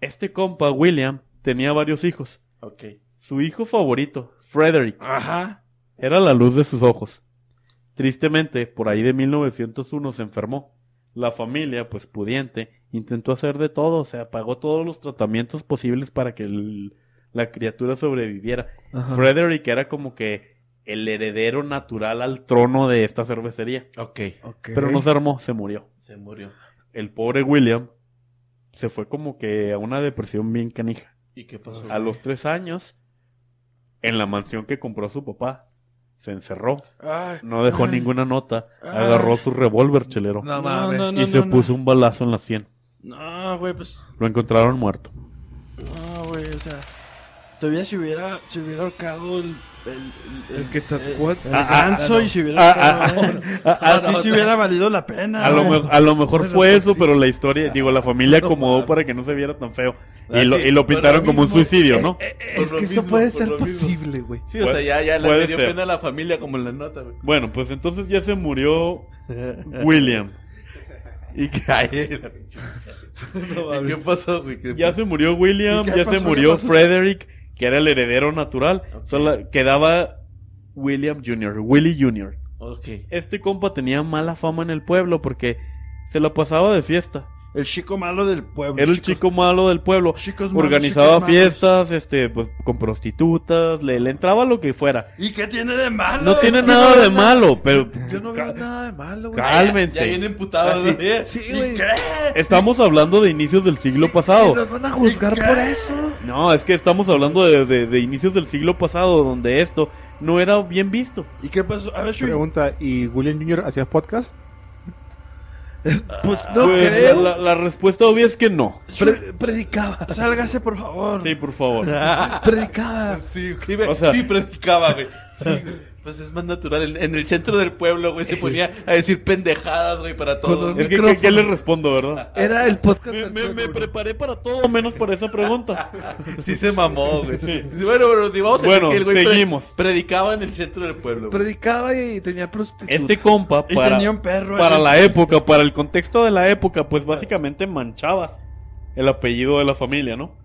este compa, William, tenía varios hijos.
Ok.
Su hijo favorito, Frederick,
Ajá.
era la luz de sus ojos. Tristemente, por ahí de 1901 se enfermó. La familia, pues pudiente, intentó hacer de todo, o sea, pagó todos los tratamientos posibles para que el- la criatura sobreviviera.
Ajá.
Frederick era como que el heredero natural al trono de esta cervecería.
Ok.
Ok.
Pero no se armó, se murió.
Se murió.
El pobre William se fue como que a una depresión bien canija.
¿Y qué pasó?
A los tres años, en la mansión que compró su papá, se encerró.
Ay,
No dejó
ay,
ninguna nota.
Ay.
Agarró su revólver, chelero.
No
No,
mames.
no, no.
y se puso un balazo en la sien.
No, güey, pues.
Lo encontraron muerto.
No, güey, o sea. Todavía se hubiera, se hubiera ahorcado el. El, el,
El Ah,
el,
Quetzalcóatl.
el ganso y se hubiera
Ah,
ahorcado.
ah, ah, ah,
Así
sí,
se hubiera valido la pena.
A lo,
güey.
me- a lo mejor
Bueno,
fue
pues
eso,
sí.
pero la historia, digo, la familia acomodó para que no se viera tan feo.
Ah,
Y lo, y lo pintaron como un suicidio, ¿no?
eh,
Eh,
Es que eso puede ser posible, güey.
Sí, o
Puede-
sea, ya, ya
puede
le dio
ser.
pena a la familia como en la nota,
eh.
güey.
Bueno, pues entonces ya
<laughs>
se murió William.
Y <laughs> cae la pinche ¿Y ¿Qué pasó, güey? ¿Qué
Ya
pasó?
se murió William,
¿Y
ya
qué
se
pasó?
murió
¿Qué pasó?
Frederick, que era el heredero natural. Solo quedaba William Jr., Willie Jr.
Ok.
Este compa tenía mala fama en el pueblo porque se la pasaba de fiesta.
El chico malo del pueblo.
Era el
chicos-
chico malo del pueblo.
Chicos malos,
Organizaba
chicos malos.
fiestas, este, pues, con prostitutas, le, le entraba lo que fuera.
¿Y qué tiene de malo?
No tiene
Es que
nada
no
de
es
malo, pero
Yo no
ca-
veo nada de malo, güey.
cálmense.
Ya viene emputado, ¿no? eh.
Sí,
¿Y
güey.
qué?
Estamos hablando de inicios del siglo pasado.
Sí, Nos van a juzgar
¿Y qué?
por eso.
No, es que estamos hablando de, de- de inicios del siglo pasado, donde esto no era bien visto.
¿Y qué pasó? A ver, Chuy.
Pregunta, ¿y William Jr. hacía podcast?
Pues no
Pues,
creo.
La, la- la respuesta obvia es que no.
Pre- <laughs> predicaba,
Sálgase, por favor.
Sí, por favor.
predicaba.
Sí, güey,
O sea-
sí predicaba, güey. Sí, güey. Pues es más natural. En, en el centro del pueblo, güey, se ponía a decir pendejadas, güey, para todo.
Cuando-
Es que,
Micrófono.
¿qué, qué le respondo, verdad?
Era el podcast.
Me, me-
versión
me
uno.
preparé para todo menos para esa pregunta.
Sí se mamó, güey. Bueno, pero si vamos a decir
Bueno,
que el güey pre-
seguimos.
predicaba en el centro del pueblo. güey.
Predicaba y tenía prostitutas.
Este compa,
Y
para,
tenía un perro.
para
ahí.
la época, para el contexto de la época, pues básicamente manchaba el apellido de la familia, ¿no?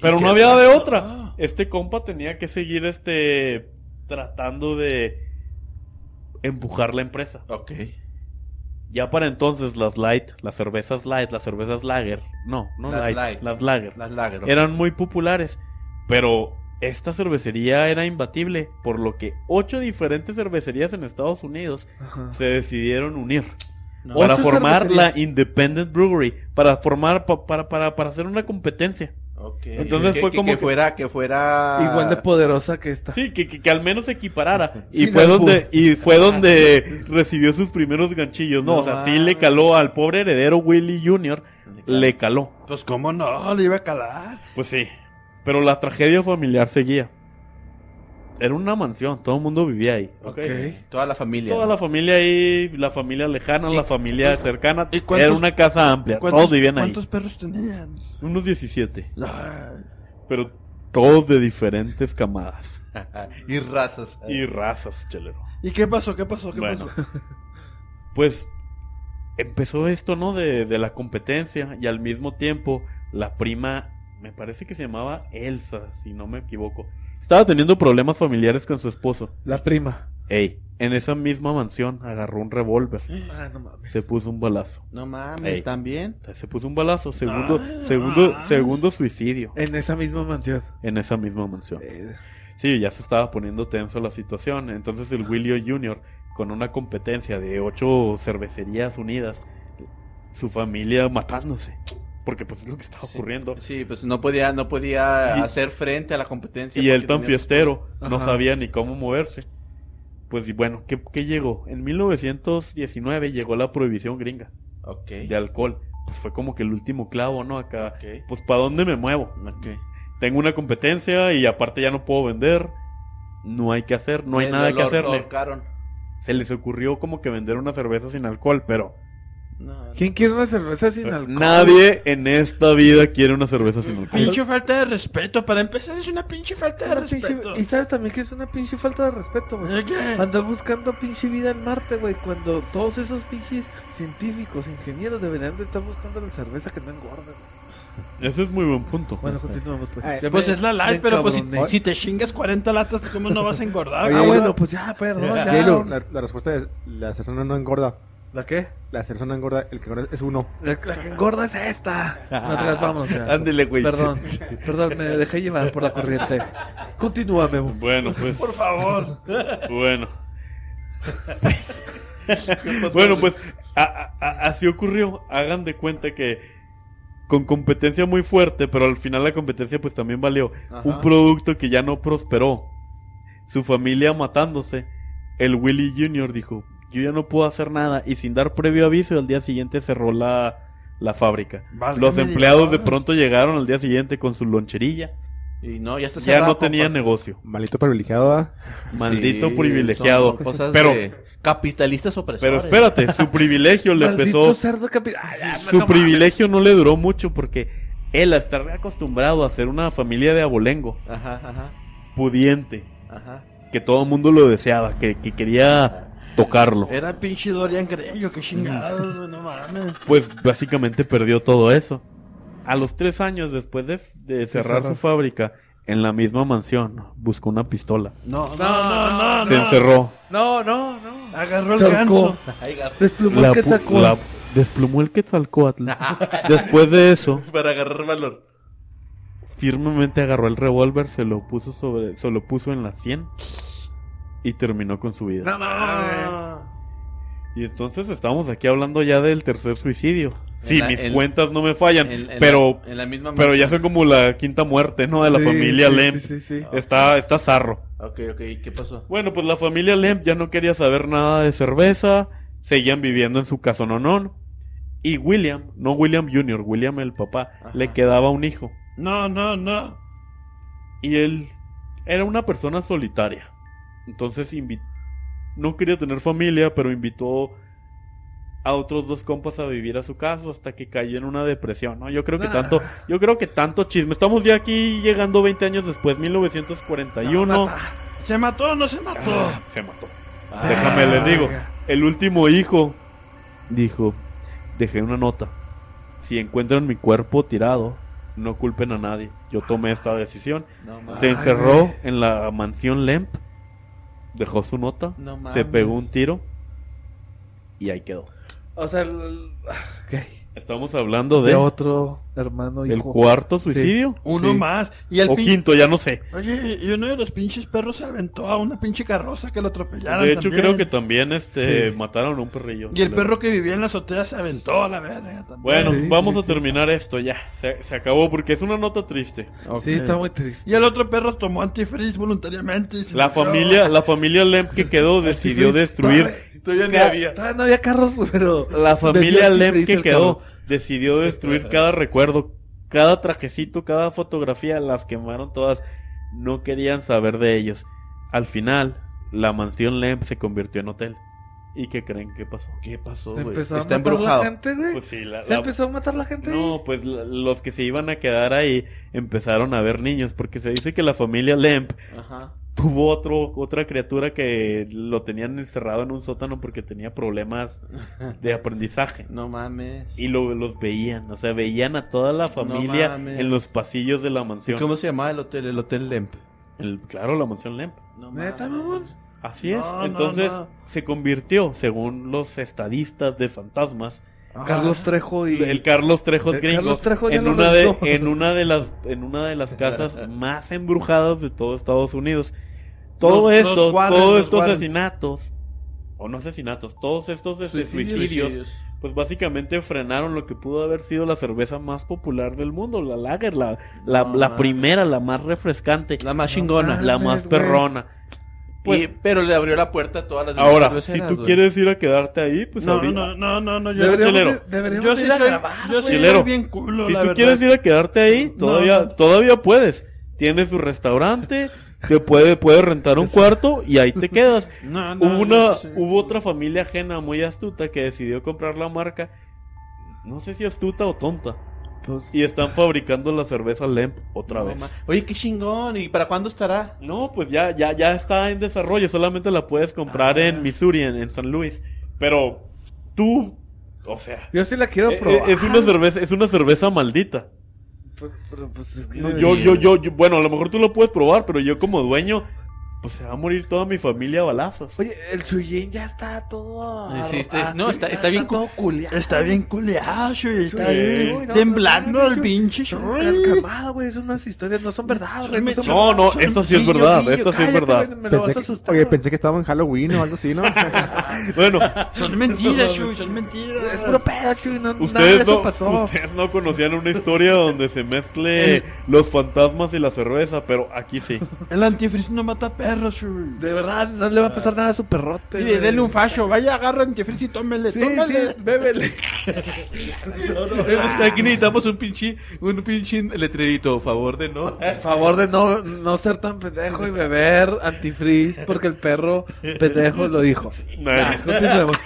Pero no había de otra. Este compa tenía que seguir este tratando de empujar la empresa.
Ok.
Ya para entonces las light, las cervezas light, las cervezas lager, no, no
Las
light,
light.
las lager,
Las lagros.
eran muy populares, pero esta cervecería era imbatible, por lo que ocho diferentes cervecerías en Estados Unidos
Ajá.
se decidieron unir
No.
para
Ocho
formar la
cervecerías.
Independent Brewery, para formar pa- para, para, para hacer una competencia.
Ok.
Entonces
Que-
fue
que-
como
que,
que-
fuera que fuera
Igual de poderosa que esta.
Sí, que, que, que al menos se equiparara. Y
Sin
fue
albur.
donde y fue donde recibió sus primeros ganchillos, ¿no?
No
o sea, sí
mames.
le caló al pobre heredero Willy Jr. le caló.
Pues cómo no, le iba a calar.
Pues sí. Pero la tragedia familiar seguía. Era una mansión, todo el mundo vivía ahí.
Ok. Toda la familia.
Toda
¿no?
la familia ahí, la familia lejana, la familia cercana.
y cuántos-
era una casa amplia, todos vivían ahí.
¿Cuántos perros tenían?
Unos 17,
Ay,
pero todos de diferentes camadas
Ah, y razas. Ah,
y razas, chelero.
¿Y qué pasó? ¿Qué pasó? ¿Qué
Bueno.
pasó?
Pues empezó esto, ¿no? De, de la competencia y al mismo tiempo la prima, me parece que se llamaba Elsa, si no me equivoco. Estaba teniendo problemas familiares con su esposo.
La prima.
Ey, en esa misma mansión agarró un revólver.
Ah, no mames.
Se puso un balazo.
No
Ey.
mames, también.
Se puso un balazo. Segundo,
Ah.
segundo, segundo suicidio
En esa misma mansión.
en esa misma mansión.
Eh,
Sí, ya se estaba poniendo tenso la situación. Entonces el Willio Jr., con una competencia de ocho cervecerías unidas, su familia matándose. Porque pues es lo que estaba
Sí.
ocurriendo.
Sí, pues no podía no podía
Y-
hacer frente a la competencia.
Y él
porque
tan
tenía-
fiestero, no
Ajá.
sabía ni cómo moverse. Pues y bueno, ¿qué, ¿qué llegó? En 1919 llegó la prohibición gringa.
Ok.
de alcohol. Pues fue como que el último clavo, ¿no? Acá,
Ok.
pues ¿para dónde me muevo?
Ok.
Tengo una competencia y aparte ya no puedo vender. No hay que hacer, no hay
Eh,
nada
lo-
que
lo
hacerle. <laughs>
<laughs> ahorcaron.
Se les ocurrió como que vender una cerveza sin alcohol, pero
No, no.
¿Quién quiere una cerveza sin alcohol?
nadie en esta vida quiere una cerveza sin alcohol.
Pinche falta de respeto. Para empezar, es una pinche falta
Es
de
una pinche-
respeto.
Y sabes también que es una pinche falta de respeto, güey.
¿Qué?
Andar buscando pinche vida en Marte, güey. Cuando todos esos pinches científicos, ingenieros deberían de estar buscando la cerveza que no engorda, güey.
Ese es muy buen punto.
Bueno, continuamos, pues.
Ay,
Ya
Pues
me-
es la
me
light, pero pues si,
encabroné.
si te chingas 40 latas, ¿cómo no vas a engordar?
Oye,
Ah,
Yelo.
bueno, pues ya, perdón. ya.
Yelo, la, la respuesta es: la persona no engorda.
¿La qué?
La persona engorda, el que engorda es uno.
La, la que engorda es esta. Nosotras vamos, ya.
Ándele, güey.
Perdón, perdón, me dejé llevar por la corriente. Continúa, Memo.
Bueno, pues.
Por favor.
Bueno. bueno, pues a- a- a- así ocurrió. Hagan de cuenta que con competencia muy fuerte, pero al final la competencia pues también valió.
Ajá.
Un producto que ya no prosperó. Su familia matándose. El Willy Jr. dijo, yo ya no puedo hacer nada. Y sin dar previo aviso, al día siguiente cerró la, la fábrica.
Válgame
Los empleados de
Dios.
pronto llegaron al día siguiente con su loncherilla.
Y no, ya está
Ya
cerrado,
no tenía
compas.
negocio.
Malito privilegiado, ¿ah?
Maldito
Sí,
privilegiado.
son- son cosas
pero
de capitalistas
Pero
opresores.
espérate, su privilegio le
Pues Maldito
empezó.
cerdo capi- Ay, ya, no
Su
mames.
privilegio no le duró mucho porque él, a estar acostumbrado a ser una familia de abolengo,
Ajá, ajá,
pudiente,
ajá.
que todo el mundo lo deseaba, que, que quería tocarlo.
Era pinche Dorian Gray, yo qué chingados, güey, no mames.
Pues básicamente perdió todo eso. A los tres años después de, de cerrar su
cerrar.
fábrica, en la misma mansión, buscó una pistola.
No, no,
no,
no, no.
no.
Se encerró.
No, no, no.
Agarró el
Se ahorcó.
ganso.
<laughs> Ay, gar-
Desplumó
La
el que
pu-
sacó.
la- desplumó el
<laughs>
Quetzalcoatl. <laughs> después de eso,
Para agarrar valor.
firmemente agarró el revólver, se lo puso sobre, se lo puso en la sien y terminó con su vida.
No, no,
Y entonces estamos aquí hablando ya del tercer suicidio. Sí,
la-
mis
en-
cuentas no me fallan,
En- en
pero,
la- en la misma
pero ya
mansión.
son como la quinta muerte, ¿no? De la
Sí,
familia
sí,
Lemp.
Sí, sí, sí.
Está, está zarro.
Ok, ok, ¿y ¿qué pasó?
Bueno, pues la familia Lemp ya no quería saber nada de cerveza, seguían viviendo en su casa no Y William, no William Jr., William el papá,
Ajá.
le quedaba un hijo.
No, no, no.
Y él era una persona solitaria. Entonces invi- no quería tener familia, pero invitó a otros dos compas a vivir a su casa hasta que cayó en una depresión, ¿no? Yo creo que tanto, yo creo que tanto chisme. Estamos ya aquí llegando 20 años después, 1941.
Ah,
¿Se mató o no se mató?
se mató. Déjame les digo, el último hijo dijo, dejé una nota. Si encuentran mi cuerpo tirado, no culpen a nadie. Yo tomé esta decisión.
No
Se
mames.
encerró en la mansión Lemp, dejó su nota,
No mames.
se pegó un tiro y ahí quedó.
O sea, el- ok.
Estamos hablando de,
de otro hermano
el
hijo.
cuarto suicidio
Uno
Sí.
más. Y el
o
pin-
quinto, ya no sé.
Oye, y uno de los pinches perros se aventó a una pinche carroza que lo atropellaron.
De hecho,
también.
creo que también este
Sí.
mataron a un perrillo.
Y el perro que vivía en la azotea se aventó a la verga también.
Bueno,
Sí,
vamos
sí,
a
sí.
terminar esto ya. Se, se acabó porque es una nota triste.
Sí, está muy triste.
Y el otro perro tomó antifreeze voluntariamente. y se
La
murió.
familia, la familia Lemp que quedó decidió destruir.
Todavía ni
Ca-
había.
Todavía no había carros, pero.
La familia
Vendió
Lemp que
antifreezer,
quedó
cabrón.
decidió destruir cada recuerdo, cada trajecito, cada fotografía. Las quemaron todas. No querían saber de ellos. Al final, la mansión Lemp se convirtió en hotel. ¿Y qué creen que pasó?
¿Qué pasó,
Se
güey?
empezó a
Está
matar
embrujado.
la gente, güey.
Pues sí, la-
se
la-
empezó a matar la gente.
No, pues la- los que se iban a quedar ahí empezaron a ver niños, porque se dice que la familia Lemp
Ajá.
tuvo otro, otra criatura que lo tenían encerrado en un sótano porque tenía problemas
<laughs>
de aprendizaje.
No mames.
Y lo- los veían, o sea, veían a toda la familia
mames.
en los pasillos de la mansión.
¿Cómo se llamaba el hotel? El Hotel Lemp.
El- claro, la mansión Lemp.
No
¿Neta, mamón?
Así
No,
es.
no,
Entonces
no.
se convirtió, según los estadistas de fantasmas,
Ajá.
Carlos Trejo y.
el Carlos Trejos
El
gringo
Carlos Trejo ya
en
lo
una de
lanzó.
en una de las en una de las casas más embrujadas de todo Estados Unidos. Todo
Los- los
esto,
Warren,
todos
los
estos
Warren.
asesinatos o no asesinatos, todos estos este, suicidios, pues básicamente frenaron lo que pudo haber sido la cerveza más popular del mundo, la lager, la la,
No
la
mames.
primera, la más refrescante, la,
La más chingona.
mames,
más
güey.
perrona. Pues
Y- pero le abrió la puerta a todas las demás
ahora, si
cerveceras,
tú
güey.
quieres ir a quedarte ahí, pues
No,
ahorita-
no, no, no, no, yo
Deberíamos,
Chelero.
ir- deberíamos
Yo sí
ir a
soy,
grabar,
yo sí
güey.
Chilero.
soy bien culo,
Si
la
tú
verdad.
quieres ir a quedarte ahí,
No,
todavía,
no.
todavía puedes. Tienes tu restaurante, te puede, puedes rentar un cuarto y ahí te quedas.
No, <laughs> no,
Hubo
yo
una,
sí soy-
hubo otra familia ajena muy astuta que decidió comprar la marca. No sé si astuta o tonta.
Pues,
Y están fabricando la cerveza Lemp otra
No,
vez.
ma- Oye, qué chingón. ¿Y para cuándo <laughs> estará?
No, pues ya, ya, ya está en desarrollo. Solamente la puedes comprar
Ah.
en Missouri, en, en San Luis. Pero tú, o sea,
Yo sí la quiero
eh, eh,
probar.
es una cerveza, es una cerveza maldita.
Pero, pero, pues, es que
No, yo, yo, yo, yo- bueno, a lo mejor tú lo puedes probar, pero yo como dueño, pues se va a morir toda mi familia a balazos.
Oye, el Chuyín ya está todo.
Sí, sí,
arro-
está-
ah,
no, está- está bien
todo culiado.
Está bien culeado, güey, está
Sí.
bien
Uy, no,
temblando
no, no,
el
no,
pinche.
Todo
Shrek.
calmado, güey. Es unas historias, no son verdad, güey. No, son
No, no, esto sí es verdad,
Guillo,
esto sí es
cállate,
verdad.
güey, me lo
Pensé
vas a
que-
asustar,
oye,
güey.
pensé que estaba en Halloween o algo
<laughs>
así, ¿no?
Bueno,
Son mentiras, Shui, son mentiras.
Es puro pedo, Chuy. No, nada de
ustedes
eso
no,
pasó.
ustedes no conocían una historia donde se
<laughs>
mezcle los fantasmas y la cerveza, pero aquí sí.
El antifreeze no mata perros, Shui.
De verdad, no le va a pasar nada a su perrote.
Mire,
güey.
dele un facho, vaya, agarra antifreeze y tómele,
Sí,
tómele.
sí, bébele.
Hemos- Aquí necesitamos un pinche, un pinche letrerito, a favor de no.
Por favor de no, no ser tan pendejo y beber antifreeze porque el perro pendejo lo dijo.
No,
Ya, continuemos.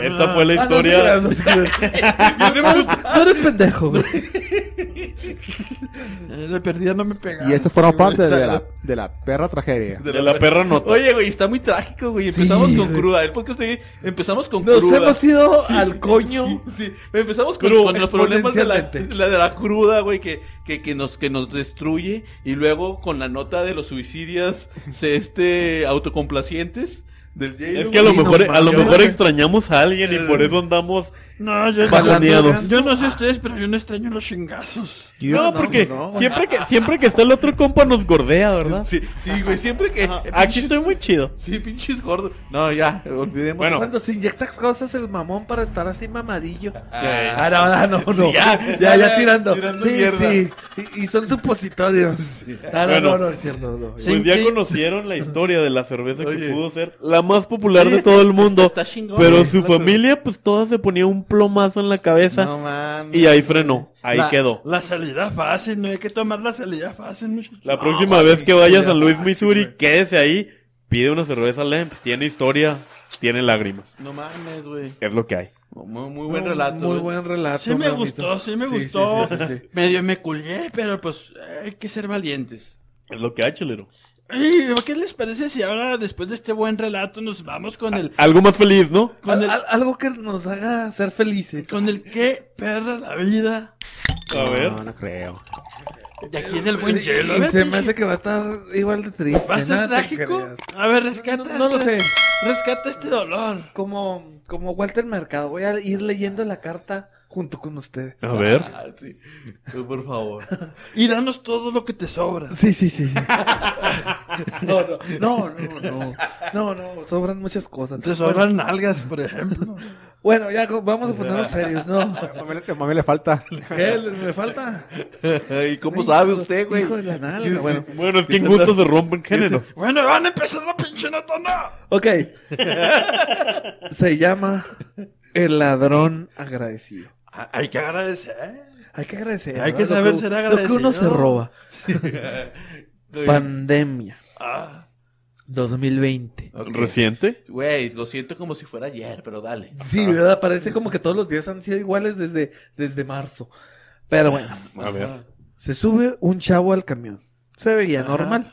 Esta fue la
Ah, no,
historia.
no te creas, no te creas. No eres pendejo, güey.
Eh, De perdida no me pega.
y esto forma parte de la, de la perra tragedia.
De la perra nota.
Oye, güey, está muy trágico, güey. Empezamos con cruda. El podcast de hoy empezamos con
Nos
cruda.
hemos ido al coño.
Sí, sí. Empezamos con,
Crudo,
con los problemas de la,
exponencialmente.
la- de la cruda, güey, que, que, que, nos, que nos destruye. Y luego con la nota de los suicidios <laughs> se, este, autocomplacientes del J-Lo,
Es que a lo
Sí, no Eh.
mejor, a lo
mames.
mejor extrañamos a alguien y por eso andamos.
No, yo,
Bajoneados.
yo no sé ustedes, pero yo no extraño los chingazos.
Yo-
no,
no,
porque
no, güey.
siempre que siempre que está el otro compa nos gordea, ¿verdad?
Sí, sí, güey, siempre que... <laughs>
Ajá. Ah, Aquí estoy muy chido.
Sí, pinches gordos. No, ya, olvidemos.
Bueno.
Cuando se inyecta cosas el mamón para estar así mamadillo.
Ah.
Ah, no, no, no.
Sí, ya,
ya, ya,
ya,
tirando.
tirando
sí,
mierda.
sí. Y, y son supositorios. Ah, no,
Bueno.
no, no, es cierto. no.
Pues
Sí,
ya
sí.
conocieron la historia de la cerveza que
Oye.
pudo ser la más popular de todo el mundo.
Está chingón.
Pero
güey.
su familia, pues toda se ponía un plomazo en la cabeza
No mames.
y ahí frenó, ahí
La-
quedó.
La salida fácil, no hay que tomar la salida fácil, muchachos.
La próxima vez que vaya a San Luis, Missouri, quédese ahí, pide una cerveza Lemp, tiene historia, tiene lágrimas.
No mames, güey.
Es lo que hay.
Muy, muy buen relato.
Muy
güey.
buen relato.
Sí me
Ramito.
gustó, sí me gustó.
sí, sí, sí.
Medio me culé, pero pues hay que ser valientes.
Es lo que hay, chelero.
Ay, ¿Qué les parece si ahora, después de este buen relato, nos vamos con el...
Algo más feliz, ¿no?
<laughs> Con
Al-
el,
al- algo que nos haga ser felices.
con el qué perra la vida.
A ver.
No, no creo.
De aquí en el buen
Y-
hielo.
y
¿eh,
se me
pinche?
hace que va a estar igual de triste.
¿Va a ser
nada te
trágico?
creas.
A ver,
No,
rescata.
no lo
este-
sé.
Rescata este dolor.
Como, como Walter Mercado, voy a ir leyendo la carta junto con ustedes.
A ver.
Ah, sí. Tú, por favor.
Y danos todo lo que te sobra.
Sí, sí, sí. sí. <laughs> No, no, no, no, no, no, no, sobran muchas cosas.
Te sobran nalgas, por
<laughs>
ejemplo.
Bueno, ya co- vamos a ponernos serios, ¿no?
A mami le falta.
¿Qué le- me falta?
¿Y cómo sabe usted, güey?
Hijo de la nalga, bueno.
Bueno, es que en gustos se rompen géneros.
Bueno, van a empezar la pinche notona.
Ok. Se llama El ladrón agradecido.
Ah, Hay que agradecer.
<laughs> Hay que agradecer.
Hay que
¿no? Lo
saber
u-
ser
Lo que uno se
agradecido.
roba. Pandemia
Ah,
2020.
Ok.
¿Reciente?
Güey, lo siento como si fuera ayer, pero dale.
Sí, ¿verdad? Parece como que todos los días han sido iguales desde, desde marzo. Pero bueno,
A ver.
se sube un chavo al camión. Se veía
Ajá.
normal.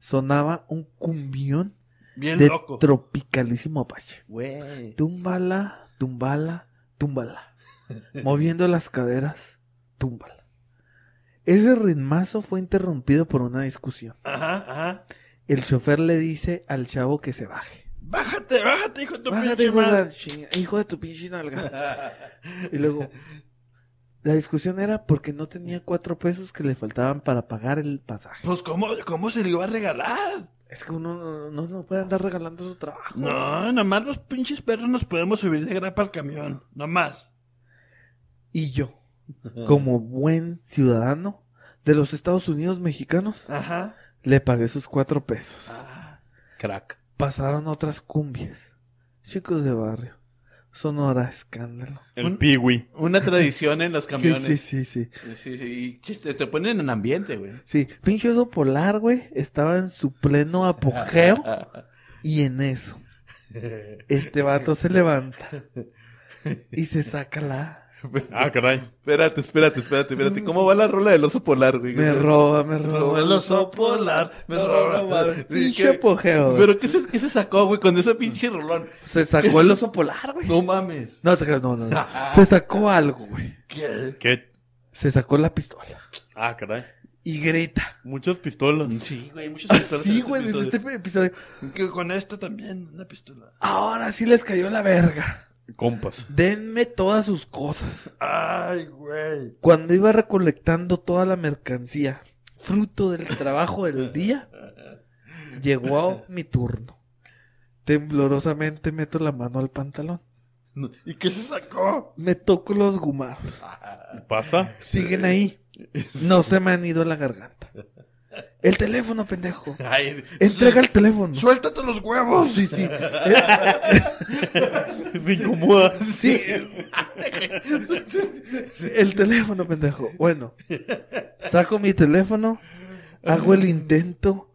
Sonaba un cumbión
bien
de
loco.
tropicalísimo apache.
Güey.
Túmbala, túmbala, túmbala.
<laughs>
Moviendo las caderas, túmbala. Ese ritmazo fue interrumpido por una discusión.
Ajá, ajá.
El chofer le dice al chavo que se baje.
Bájate, bájate, hijo de tu
Bájate,
pinche
hijo de,
madre.
la chinga- hijo de tu pinche nalga. Y luego, la discusión era porque no tenía cuatro pesos que le faltaban para pagar el pasaje.
Pues, ¿cómo, ¿cómo se le iba a regalar?
Es que uno no, no- no puede andar regalando su trabajo.
No, nomás los pinches perros nos podemos subir de grapa al camión. Nomás.
Y yo, como buen ciudadano de los Estados Unidos mexicanos,
Ajá.
le pagué sus cuatro pesos.
Ah, <laughs>
Crack.
Pasaron otras cumbias. Chicos de barrio. Sonora escándalo.
El piwi.
Una tradición en los
Sí,
camiones.
sí, sí, sí.
Sí, sí, y te, te ponen en ambiente, güey.
Sí, pinche oso polar, güey, estaba en su pleno
<laughs>
apogeo y en eso. Este vato se levanta y se saca la...
Ah, caray.
Espérate, espérate, espérate, espérate. ¿Cómo va la rola del oso polar, güey?
Me roba, me
Me
roba.
roba el oso polar, me roba.
Pinche apogeo. güey.
¿Pero qué se, qué se sacó, güey, con ese pinche rolón?
Se sacó el oso polar, güey.
No mames.
No, te creas, no,
<laughs>
no, no. Se sacó algo, güey.
¿Qué?
¿Qué?
Se sacó la pistola
Ah, caray.
y grita.
Muchas pistolas.
Sí, güey, muchas pistolas.
Ah, Sí,
en
güey,
este
desde
episodio.
este episodio.
que con esta también, una pistola.
Ahora sí les cayó la verga.
Compas.
Denme todas sus cosas.
Ay, güey.
Cuando iba recolectando toda la mercancía, fruto del trabajo del día, llegó mi turno. Temblorosamente meto la mano al pantalón.
¿Y qué se sacó?
Me toco los gumaros.
¿Pasa?
Siguen ahí. No se me han ido a la garganta. El teléfono, pendejo.
Ay,
Entrega el teléfono.
Suéltate los huevos.
Sí, sí.
Se incomoda.
Sí. <laughs> El teléfono, pendejo. Bueno, saco mi teléfono, hago el intento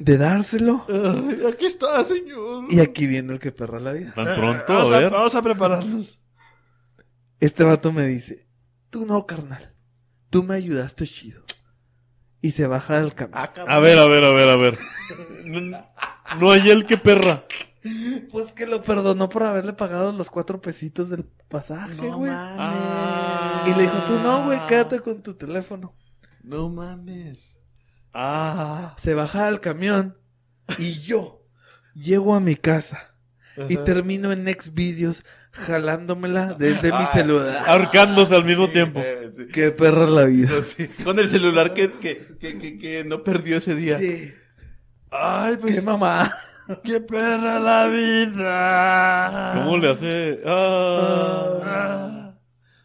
de dárselo
ay, aquí está, señor.
y aquí viene el que perra la vida.
Tan pronto, a
Eh, vamos,
ver.
vamos a prepararnos.
Este vato me dice, tú no, carnal, tú me ayudaste chido. Y se baja del camión.
Ah, cabrón.
A ver, a ver, a ver, a ver. No, no hay el que perra.
Pues que lo perdonó por haberle pagado los cuatro pesitos del pasaje,
No
güey.
mames.
Ah.
Y le dijo, tú no, güey, quédate con tu teléfono.
No mames.
Ah.
se baja del camión y yo llego a mi casa y
Ajá.
termino en Next Videos jalándomela desde mi
Ah.
celular.
Ahorcándose al mismo
Sí,
tiempo.
eh, sí.
Qué perra la vida.
No, sí, Con el celular que, que, que, que, que no perdió ese día.
Sí.
Ay, pues.
Qué mamá.
¡Qué perra la vida!
¿Cómo le hace? Ah.
Ah.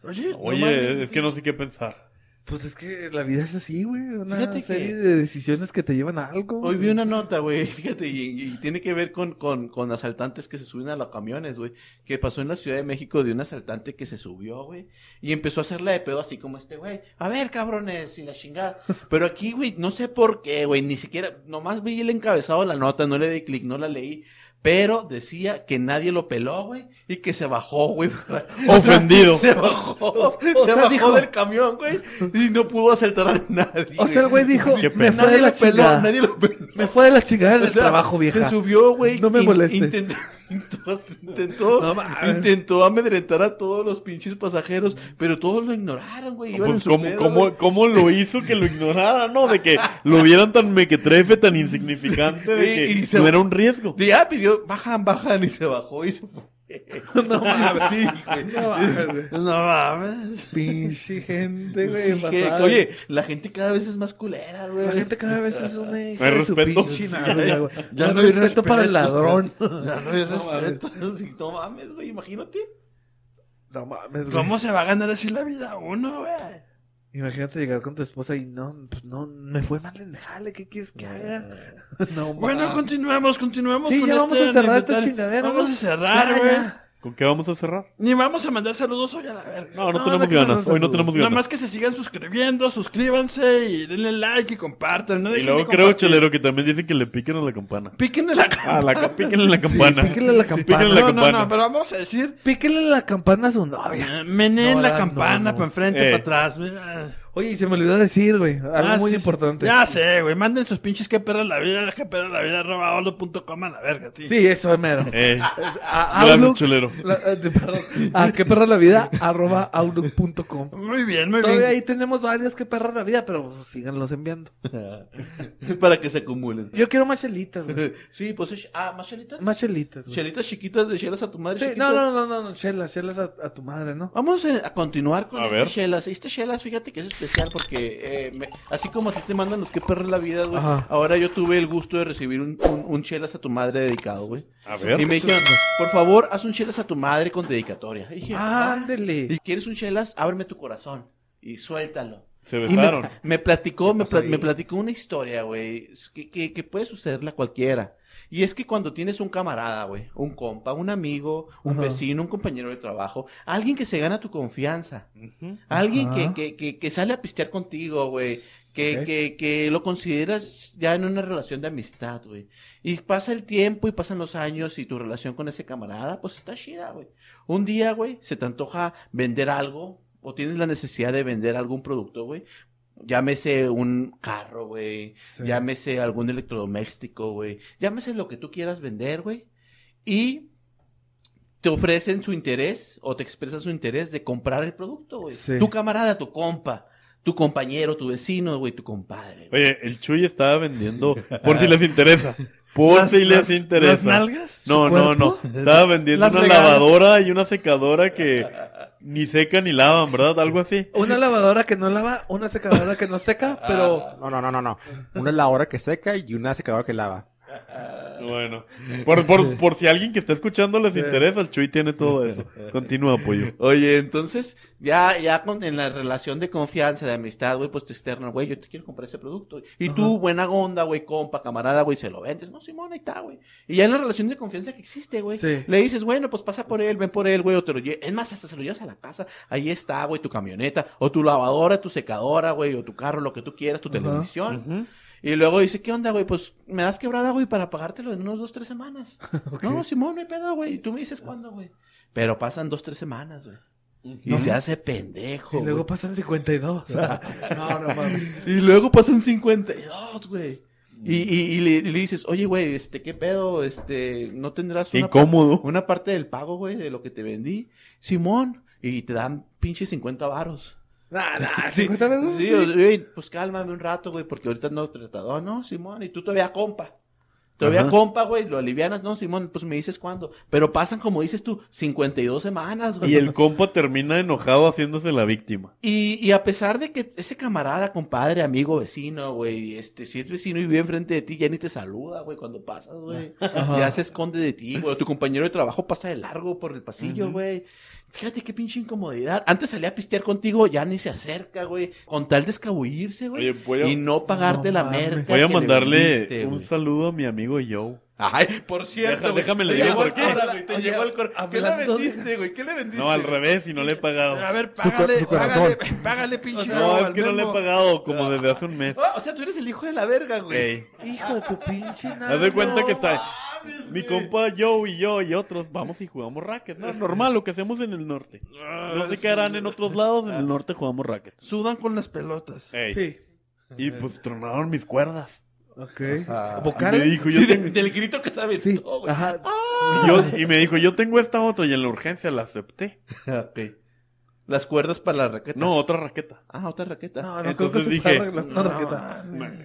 Oye, no
Oye,
mames.
es que no sé qué pensar.
Pues es que la vida es así, güey. Una
Fíjate que-
serie de decisiones que te llevan a algo.
Hoy vi
güey.
una nota, güey, <laughs> fíjate, y, y tiene que ver con, con, con asaltantes que se suben a los camiones, güey. Que pasó en la Ciudad de México de un asaltante que se subió, güey. Y empezó a hacerla de pedo así como este, güey. A ver, cabrones, y la chingada. Pero aquí, güey, no sé por qué, güey. Ni siquiera, nomás vi el encabezado de la nota, no le di clic, no la leí. Pero decía que nadie lo peló, güey, y que se bajó, güey. <laughs>
Ofendido.
Se bajó,
<laughs> o
se
sea,
bajó
dijo-
del camión, güey, y no pudo asaltar a nadie.
O sea, el güey dijo,
Qué
me
pena.
fue de
Nadie
la
lo peló,
chingada.
nadie lo peló.
Me fue de la chingada en
O
el
sea,
trabajo, vieja.
Se <laughs> subió, güey.
No me
in-
molestes.
Intentó, <laughs> intentó, intentó,
No mames.
intentó amedrentar a todos los pinches pasajeros, pero todos lo ignoraron, güey. Iban en
Pues,
su
¿cómo,
pedo,
cómo,
güey.
cómo lo hizo que lo ignorara, no? De que lo vieran tan mequetrefe, tan insignificante, de
Y-
que
y se-
no era un riesgo.
Y Ya pidió, bajan, bajan, y se bajó
<laughs>
y se fue. No mames. Sí, güey. No mames.
Pinche gente, güey.
Sí, que-
pasada.
oye, la gente cada vez es más culera, güey.
la gente cada vez es una hija
hay
de su
respeto.
pinche
Sí,
madre,
ya-
güey.
ya
Ya
no
no
hay
hay respeto para el
respeto.
ladrón.
<laughs>
Ya no hay respeto.
Respeto, <laughs> sí, No mames, güey, imagínate.
No mames, güey.
¿Cómo se va a ganar así la vida uno, güey?
Imagínate llegar con tu esposa y no, pues no, me fue mal en el jale, ¿qué quieres que haga? <laughs> No,
Bueno,
mames.
continuemos, continuemos.
Sí,
con
ya
este
vamos a cerrar esta
anecdotario.
chingadera,
Vamos
¿no?
a cerrar,
Ya,
Ah, güey.
ya.
¿Con qué vamos a cerrar?
Ni vamos a mandar saludos hoy a la verga.
No, no,
No,
tenemos ganas.
no tenemos
Hoy no
saludos.
tenemos
Nada
ganas.
más que se sigan suscribiendo, suscríbanse y denle like y compartan. No
y
dejen de
luego creo,
compartir.
Chelero, que también dicen que le piquen a la campana.
Píquenle la
Ah,
A la ca- píquenle la campana.
píquenle la
píquenle la
no, no,
campana.
no, pero vamos a decir.
Píquenle la campana a su novia.
eh, Meneen
Ah, No,
la
no,
campana
no.
para enfrente,
Eh.
para atrás. mira.
Oye, y se me olvidó decir, güey, algo
Ah,
muy
sí, sí.
importante.
Ya sé, güey. Manden sus pinches que perra la vida, que perra la vida, arroba holo.com a la verga, tío.
Sí, eso es mero.
Eh,
<laughs>
A,
gracias,
Outlook-
Chelero.
la- eh, perdón, a qué perra la vida, <laughs> arroba outlook.com.
Muy bien, muy
Todavía
bien.
ahí tenemos varias que perra la vida, pero pues, síganlos enviando.
Para que se acumulen.
Yo quiero más chelitas,
<laughs>
güey.
Sí, pues es. Ah, ¿más chelitas?
Más chelitas, güey.
Chelitas chiquitas de chelas a tu madre.
Sí,
chiquitas.
no, no, no, no, no, chelas, chelas a, a tu madre, ¿no?
Ah,
Vamos eh, a continuar con
A
este
ver.
Shellas. Este Shellas, fíjate que es especial porque eh, me- así como a ti te mandan los que perra la vida, güey.
Ajá.
Ahora yo tuve el gusto de recibir un, un, un Shellas a tu madre dedicado, güey.
A
Y
ver.
me dijeron, por favor, haz un Shellas a tu madre con dedicatoria. Y dije, ah,
Ándele.
¿y quieres un Shellas? Ábreme tu corazón y suéltalo.
Se
Y
besaron.
me, me platicó, me,
pasó
pla-
ahí?
me platicó una historia, güey, que, que, que puede sucederle a cualquiera. Y es que cuando tienes un camarada, güey, un compa, un amigo, un
Ajá.
vecino, un compañero de trabajo, alguien que se gana tu confianza,
Ujú.
alguien que,
Ajá.
que, que, que sale a pistear contigo, güey, que,
Ok.
que, que lo consideras ya en una relación de amistad, güey. Y pasa el tiempo y pasan los años y tu relación con ese camarada, pues está chida, güey. Un día, güey, se te antoja vender algo o tienes la necesidad de vender algún producto, güey. Llámese un carro, güey. Llámese algún electrodoméstico, güey. Llámese lo que tú quieras vender, güey. Y te ofrecen su interés o te expresan su interés de comprar el producto, güey.
Sí.
Tu camarada, tu compa, tu compañero, tu vecino, güey, tu compadre. güey.
Oye, el Chuy estaba vendiendo por si les interesa. Por si les
¿Las
interesa.
nalgas?
No, no, no. Estaba vendiendo
Las
una
regalas.
lavadora y una secadora que ni seca ni lavan, ¿verdad? Algo así.
Una lavadora que no lava, una secadora que no seca, pero
No, no, no, no, no. Una es la hora que seca y una secadora que lava.
Bueno, por, por, por si alguien que está escuchando les interesa, el Chuy tiene todo eso. Continúa, apoyo.
Oye, entonces, ya, ya con- en la relación de confianza, de amistad, güey, pues te externan, güey, yo te quiero comprar ese producto. Y tú, buena onda, güey, compa, camarada, güey, se lo vendes. No, Simón, ahí está, güey. Y ya en la relación de confianza que existe, güey,
Sí.
le dices, bueno, pues pasa por él, ven por él, güey, o te lo lle- Es más, hasta se lo llevas a la casa. Ahí está, güey, tu camioneta, o tu lavadora, tu secadora, güey, o tu carro, lo que tú quieras, tu
Ajá.
televisión. Y luego dice, ¿qué onda, güey? Pues me das quebrada, güey, para pagártelo en unos dos, tres semanas. No, Simón, no hay pedo, güey. Y tú me dices cuándo, güey. Pero pasan dos, tres semanas, güey. Y
No.
se hace pendejo.
y luego
güey.
pasan 52. no, no mames.
Y luego pasan 52, güey.
Mm.
Y, y, y le, y le dices, oye, güey, este, ¿qué pedo? Este, ¿no tendrás
Qué
una, par-
incómodo.
una parte del pago, güey, de lo que te vendí? Simón. Y te dan pinche 50 varos.
Nah, nah,
Sí,
50 veces,
pues Ah, sí, o- güey, pues cálmame un rato, güey, porque ahorita no tratado. No, Simón, y tú todavía compa. Todavía
Ajá.
compa, güey, lo alivianas, no, Simón, pues me dices cuándo. Pero pasan, como dices tú, 52 semanas, güey.
Y el compa termina enojado haciéndose la víctima.
Y, y a pesar de que ese camarada, compadre, amigo, vecino, güey, este, si es vecino y vive enfrente de ti, ya ni te saluda, güey, cuando pasas, güey.
Ah.
Ya se esconde de ti, güey. Tu compañero de trabajo pasa de largo por el pasillo,
Ujú.
güey. Fíjate qué pinche incomodidad. Antes salía a pistear contigo, ya ni se acerca, güey. Con tal de escabullirse, güey.
Oye, voy a,
Y no pagarte
No
la
mames.
merca.
voy a
que le
mandarle
vendiste,
un
güey.
saludo a mi amigo Joe.
Ay, por cierto.
Deja- déjame
güey, te
le digo
llegó
por
al
qué.
cora, güey, Te
Oye,
llegó al cora. ¿Qué le
hablando de-
vendiste, güey? ¿Qué le vendiste?
No, al revés, y no le he pagado.
A ver,
Su cor-
págale,
su
págale,
corazón.
págale, pinche.
No,
Joe,
es
al
que no le he
memo.
pagado como desde hace un mes.
Ah, o sea, tú eres el hijo de la verga, güey.
Ey,
Hijo de tu pinche nada.
Haz de cuenta que está mi compa Joe y yo y otros. Vamos y jugamos racket. ¿no? Normal, lo que hacemos en el norte. No sé qué harán en otros lados, en el norte jugamos racket.
Sudan con las pelotas.
Ey,
Sí.
Y pues tronaron mis cuerdas.
Ok.
Ajá.
¿Bocaras?
Me dijo, yo
Sí, de-
tengo-
del grito que sabes
Sí.
todo, güey.
Ajá.
Y, Ah. yo- y me dijo, yo tengo esta otra y en la urgencia la acepté.
Ah, Ok. Las cuerdas para la raqueta.
No, otra raqueta.
Ah, otra raqueta.
No, no creo que
Entonces
se
dije,
está arreglando la raqueta.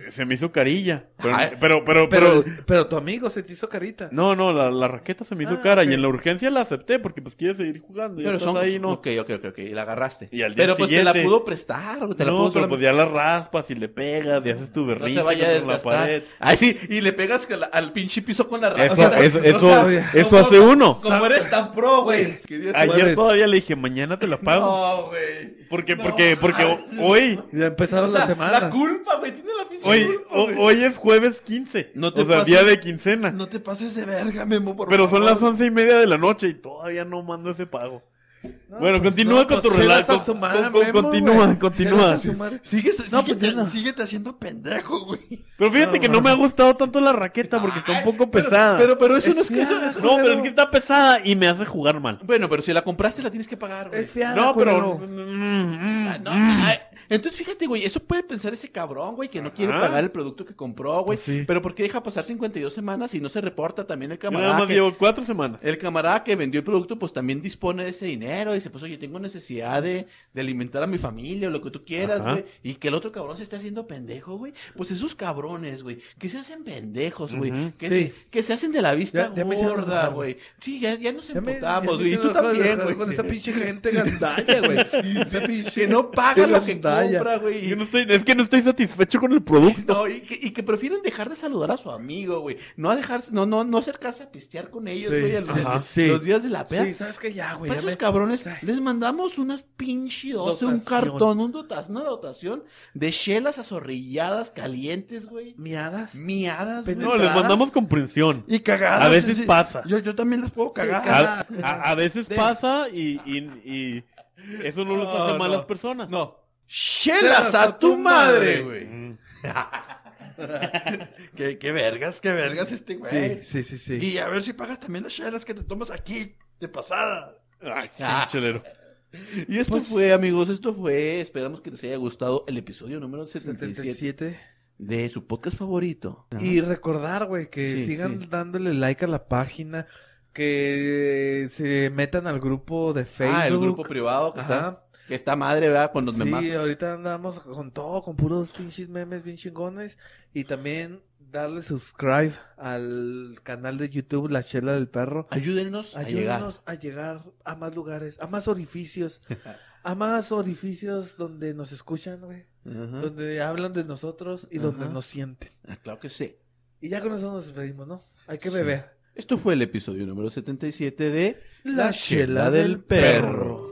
Se me hizo carilla. Pero,
Ay.
pero, pero,
Ah. Pero,
pero-
pero tu amigo se te hizo carita.
No, no, la, la raqueta se me hizo
Ah,
cara
ok.
y en la urgencia la acepté porque pues quieres seguir jugando. Y
pero
estás
son.
ahí, ¿no?
Ok, ok, ok, ok. Y la agarraste.
Y al día
pero pues te la
siguiente-
pudo prestar, güey. Te la
No,
pudo
pero
solamente-
pues ya la raspas y le pegas y haces tu
No
berrinche
se vaya a
contra la pared.
desgastar. Ay, sí, y le pegas que la- al pinche piso con la
Eso,
raqueta. <laughs>
eso, eso,
sabía.
eso hace uno.
Como eres tan pro, güey. Que Dios te
Ayer
Jueves.
todavía le dije, mañana te la pago.
No, güey.
Porque,
No.
porque, porque ho- hoy,
Ya
O
empezaron
sea,
la semana.
La culpa, güey. Tiene la pinche
hoy,
culpa,
ho-
güey.
hoy es jueves 15.
No te
o sea,
pases.
día de quincena.
No te pases de verga, Memo, por
Pero son
favor.
las once y media de la noche y todavía no mando ese pago.
No,
bueno,
pues
continúa
no,
con
pues
tu
chelas
relato.
a su madre,
Con- con-
Memo,
continúa,
güey.
continúa.
Chelas a su madre.
Síguete,
No, pues,
síguete,
ya no.
síguete haciendo pendejo, güey.
Pero fíjate
No,
que no me ha gustado tanto la raqueta porque está un poco pesada.
Pero, pero eso no es que
Espera.
eso, eso-
no, pero es que está pesada y me hace jugar mal.
Bueno, pero si la compraste, la tienes que pagar, güey.
Es fiada,
No, pero.
culero.
Mm, mm,
Ah, no,
mm.
ay, entonces fíjate, güey, eso puede pensar ese cabrón, güey, que no
Ajá.
quiere pagar el producto que compró, güey.
Pues sí.
Pero ¿por qué deja pasar 52 semanas y no se reporta también el
Yo nada
camarada?
más
ah, Que,
llevo cuatro semanas.
El camarada que vendió el producto, pues también dispone de ese dinero. Dice, pues oye, tengo necesidad de, de alimentar a mi familia o lo que tú quieras,
Ajá.
güey. Y que el otro cabrón se esté haciendo pendejo, güey. Pues esos cabrones, güey, que se hacen pendejos, güey.
Ujú.
que,
Sí.
se, que se hacen de la vista
Ya- ya me hicieron
gorda,
enojar,
güey. Sí, ya, ya nos
Ya me-
emputamos,
ya
güey.
me
Y tú
hicieron
también,
enojar
güey.
Con esa pinche gente gandalla, güey.
Que
<laughs>
no paga lo que
Gandalla.
compra, güey.
Yo no estoy- es que no estoy satisfecho con el producto.
No, y que, y que prefieren dejar de saludar a su amigo, güey. No a dejarse, no, no, no acercarse a pistear con ellos,
Sí,
güey, a los,
sí,
sí,
sí.
los días de la peda.
Sí, sabes que ya, güey.
Para
ya
esos
me-
cabrones,
Ay.
les mandamos unas pinche doce, un
Dotación.
cartón, un dotas- una dotación de chelas azorrilladas, calientes, güey.
Miadas.
Miadas, güey.
No, les mandamos comprensión.
Y cagadas.
A veces
sí, sí.
pasa.
Yo, yo también las puedo cagar.
cagar.
A, a- a veces pasa y, y- y eso no los hace malas personas.
No. Chelas a tu madre, güey.
Mm.
¿Qué, qué vergas, qué vergas este güey.
Sí, sí, sí, sí.
Y a ver si pagas también las chelas que te tomas aquí, de pasada.
Ay, sí,
Ah.
chelero.
Y esto fue, amigos, esto fue. Esperamos que les haya gustado el episodio número 77
77.
de su podcast favorito.
Y recordar, güey, que
Sí,
sigan
sí.
dándole like a la página, que se metan al grupo de Facebook.
Ah, el grupo privado que está,
Ajá.
que está madre, ¿verdad? Con los
sí,
demás.
ahorita andamos con todo, con puros pinches memes bien chingones. Y también darle subscribe al canal de YouTube La Chela del Perro.
Ayúdenos a llegar.
Ayúdenos a llegar. a más lugares, a más
<laughs>
orificios, a más orificios donde nos escuchan, güey.
Ajá.
Donde hablan de nosotros y donde
Ajá.
nos sienten.
Ah, Claro que sí.
Y ya con eso nos despedimos, ¿no? Hay que
Sí.
beber.
Esto fue el episodio número 77 de
La chela del perro.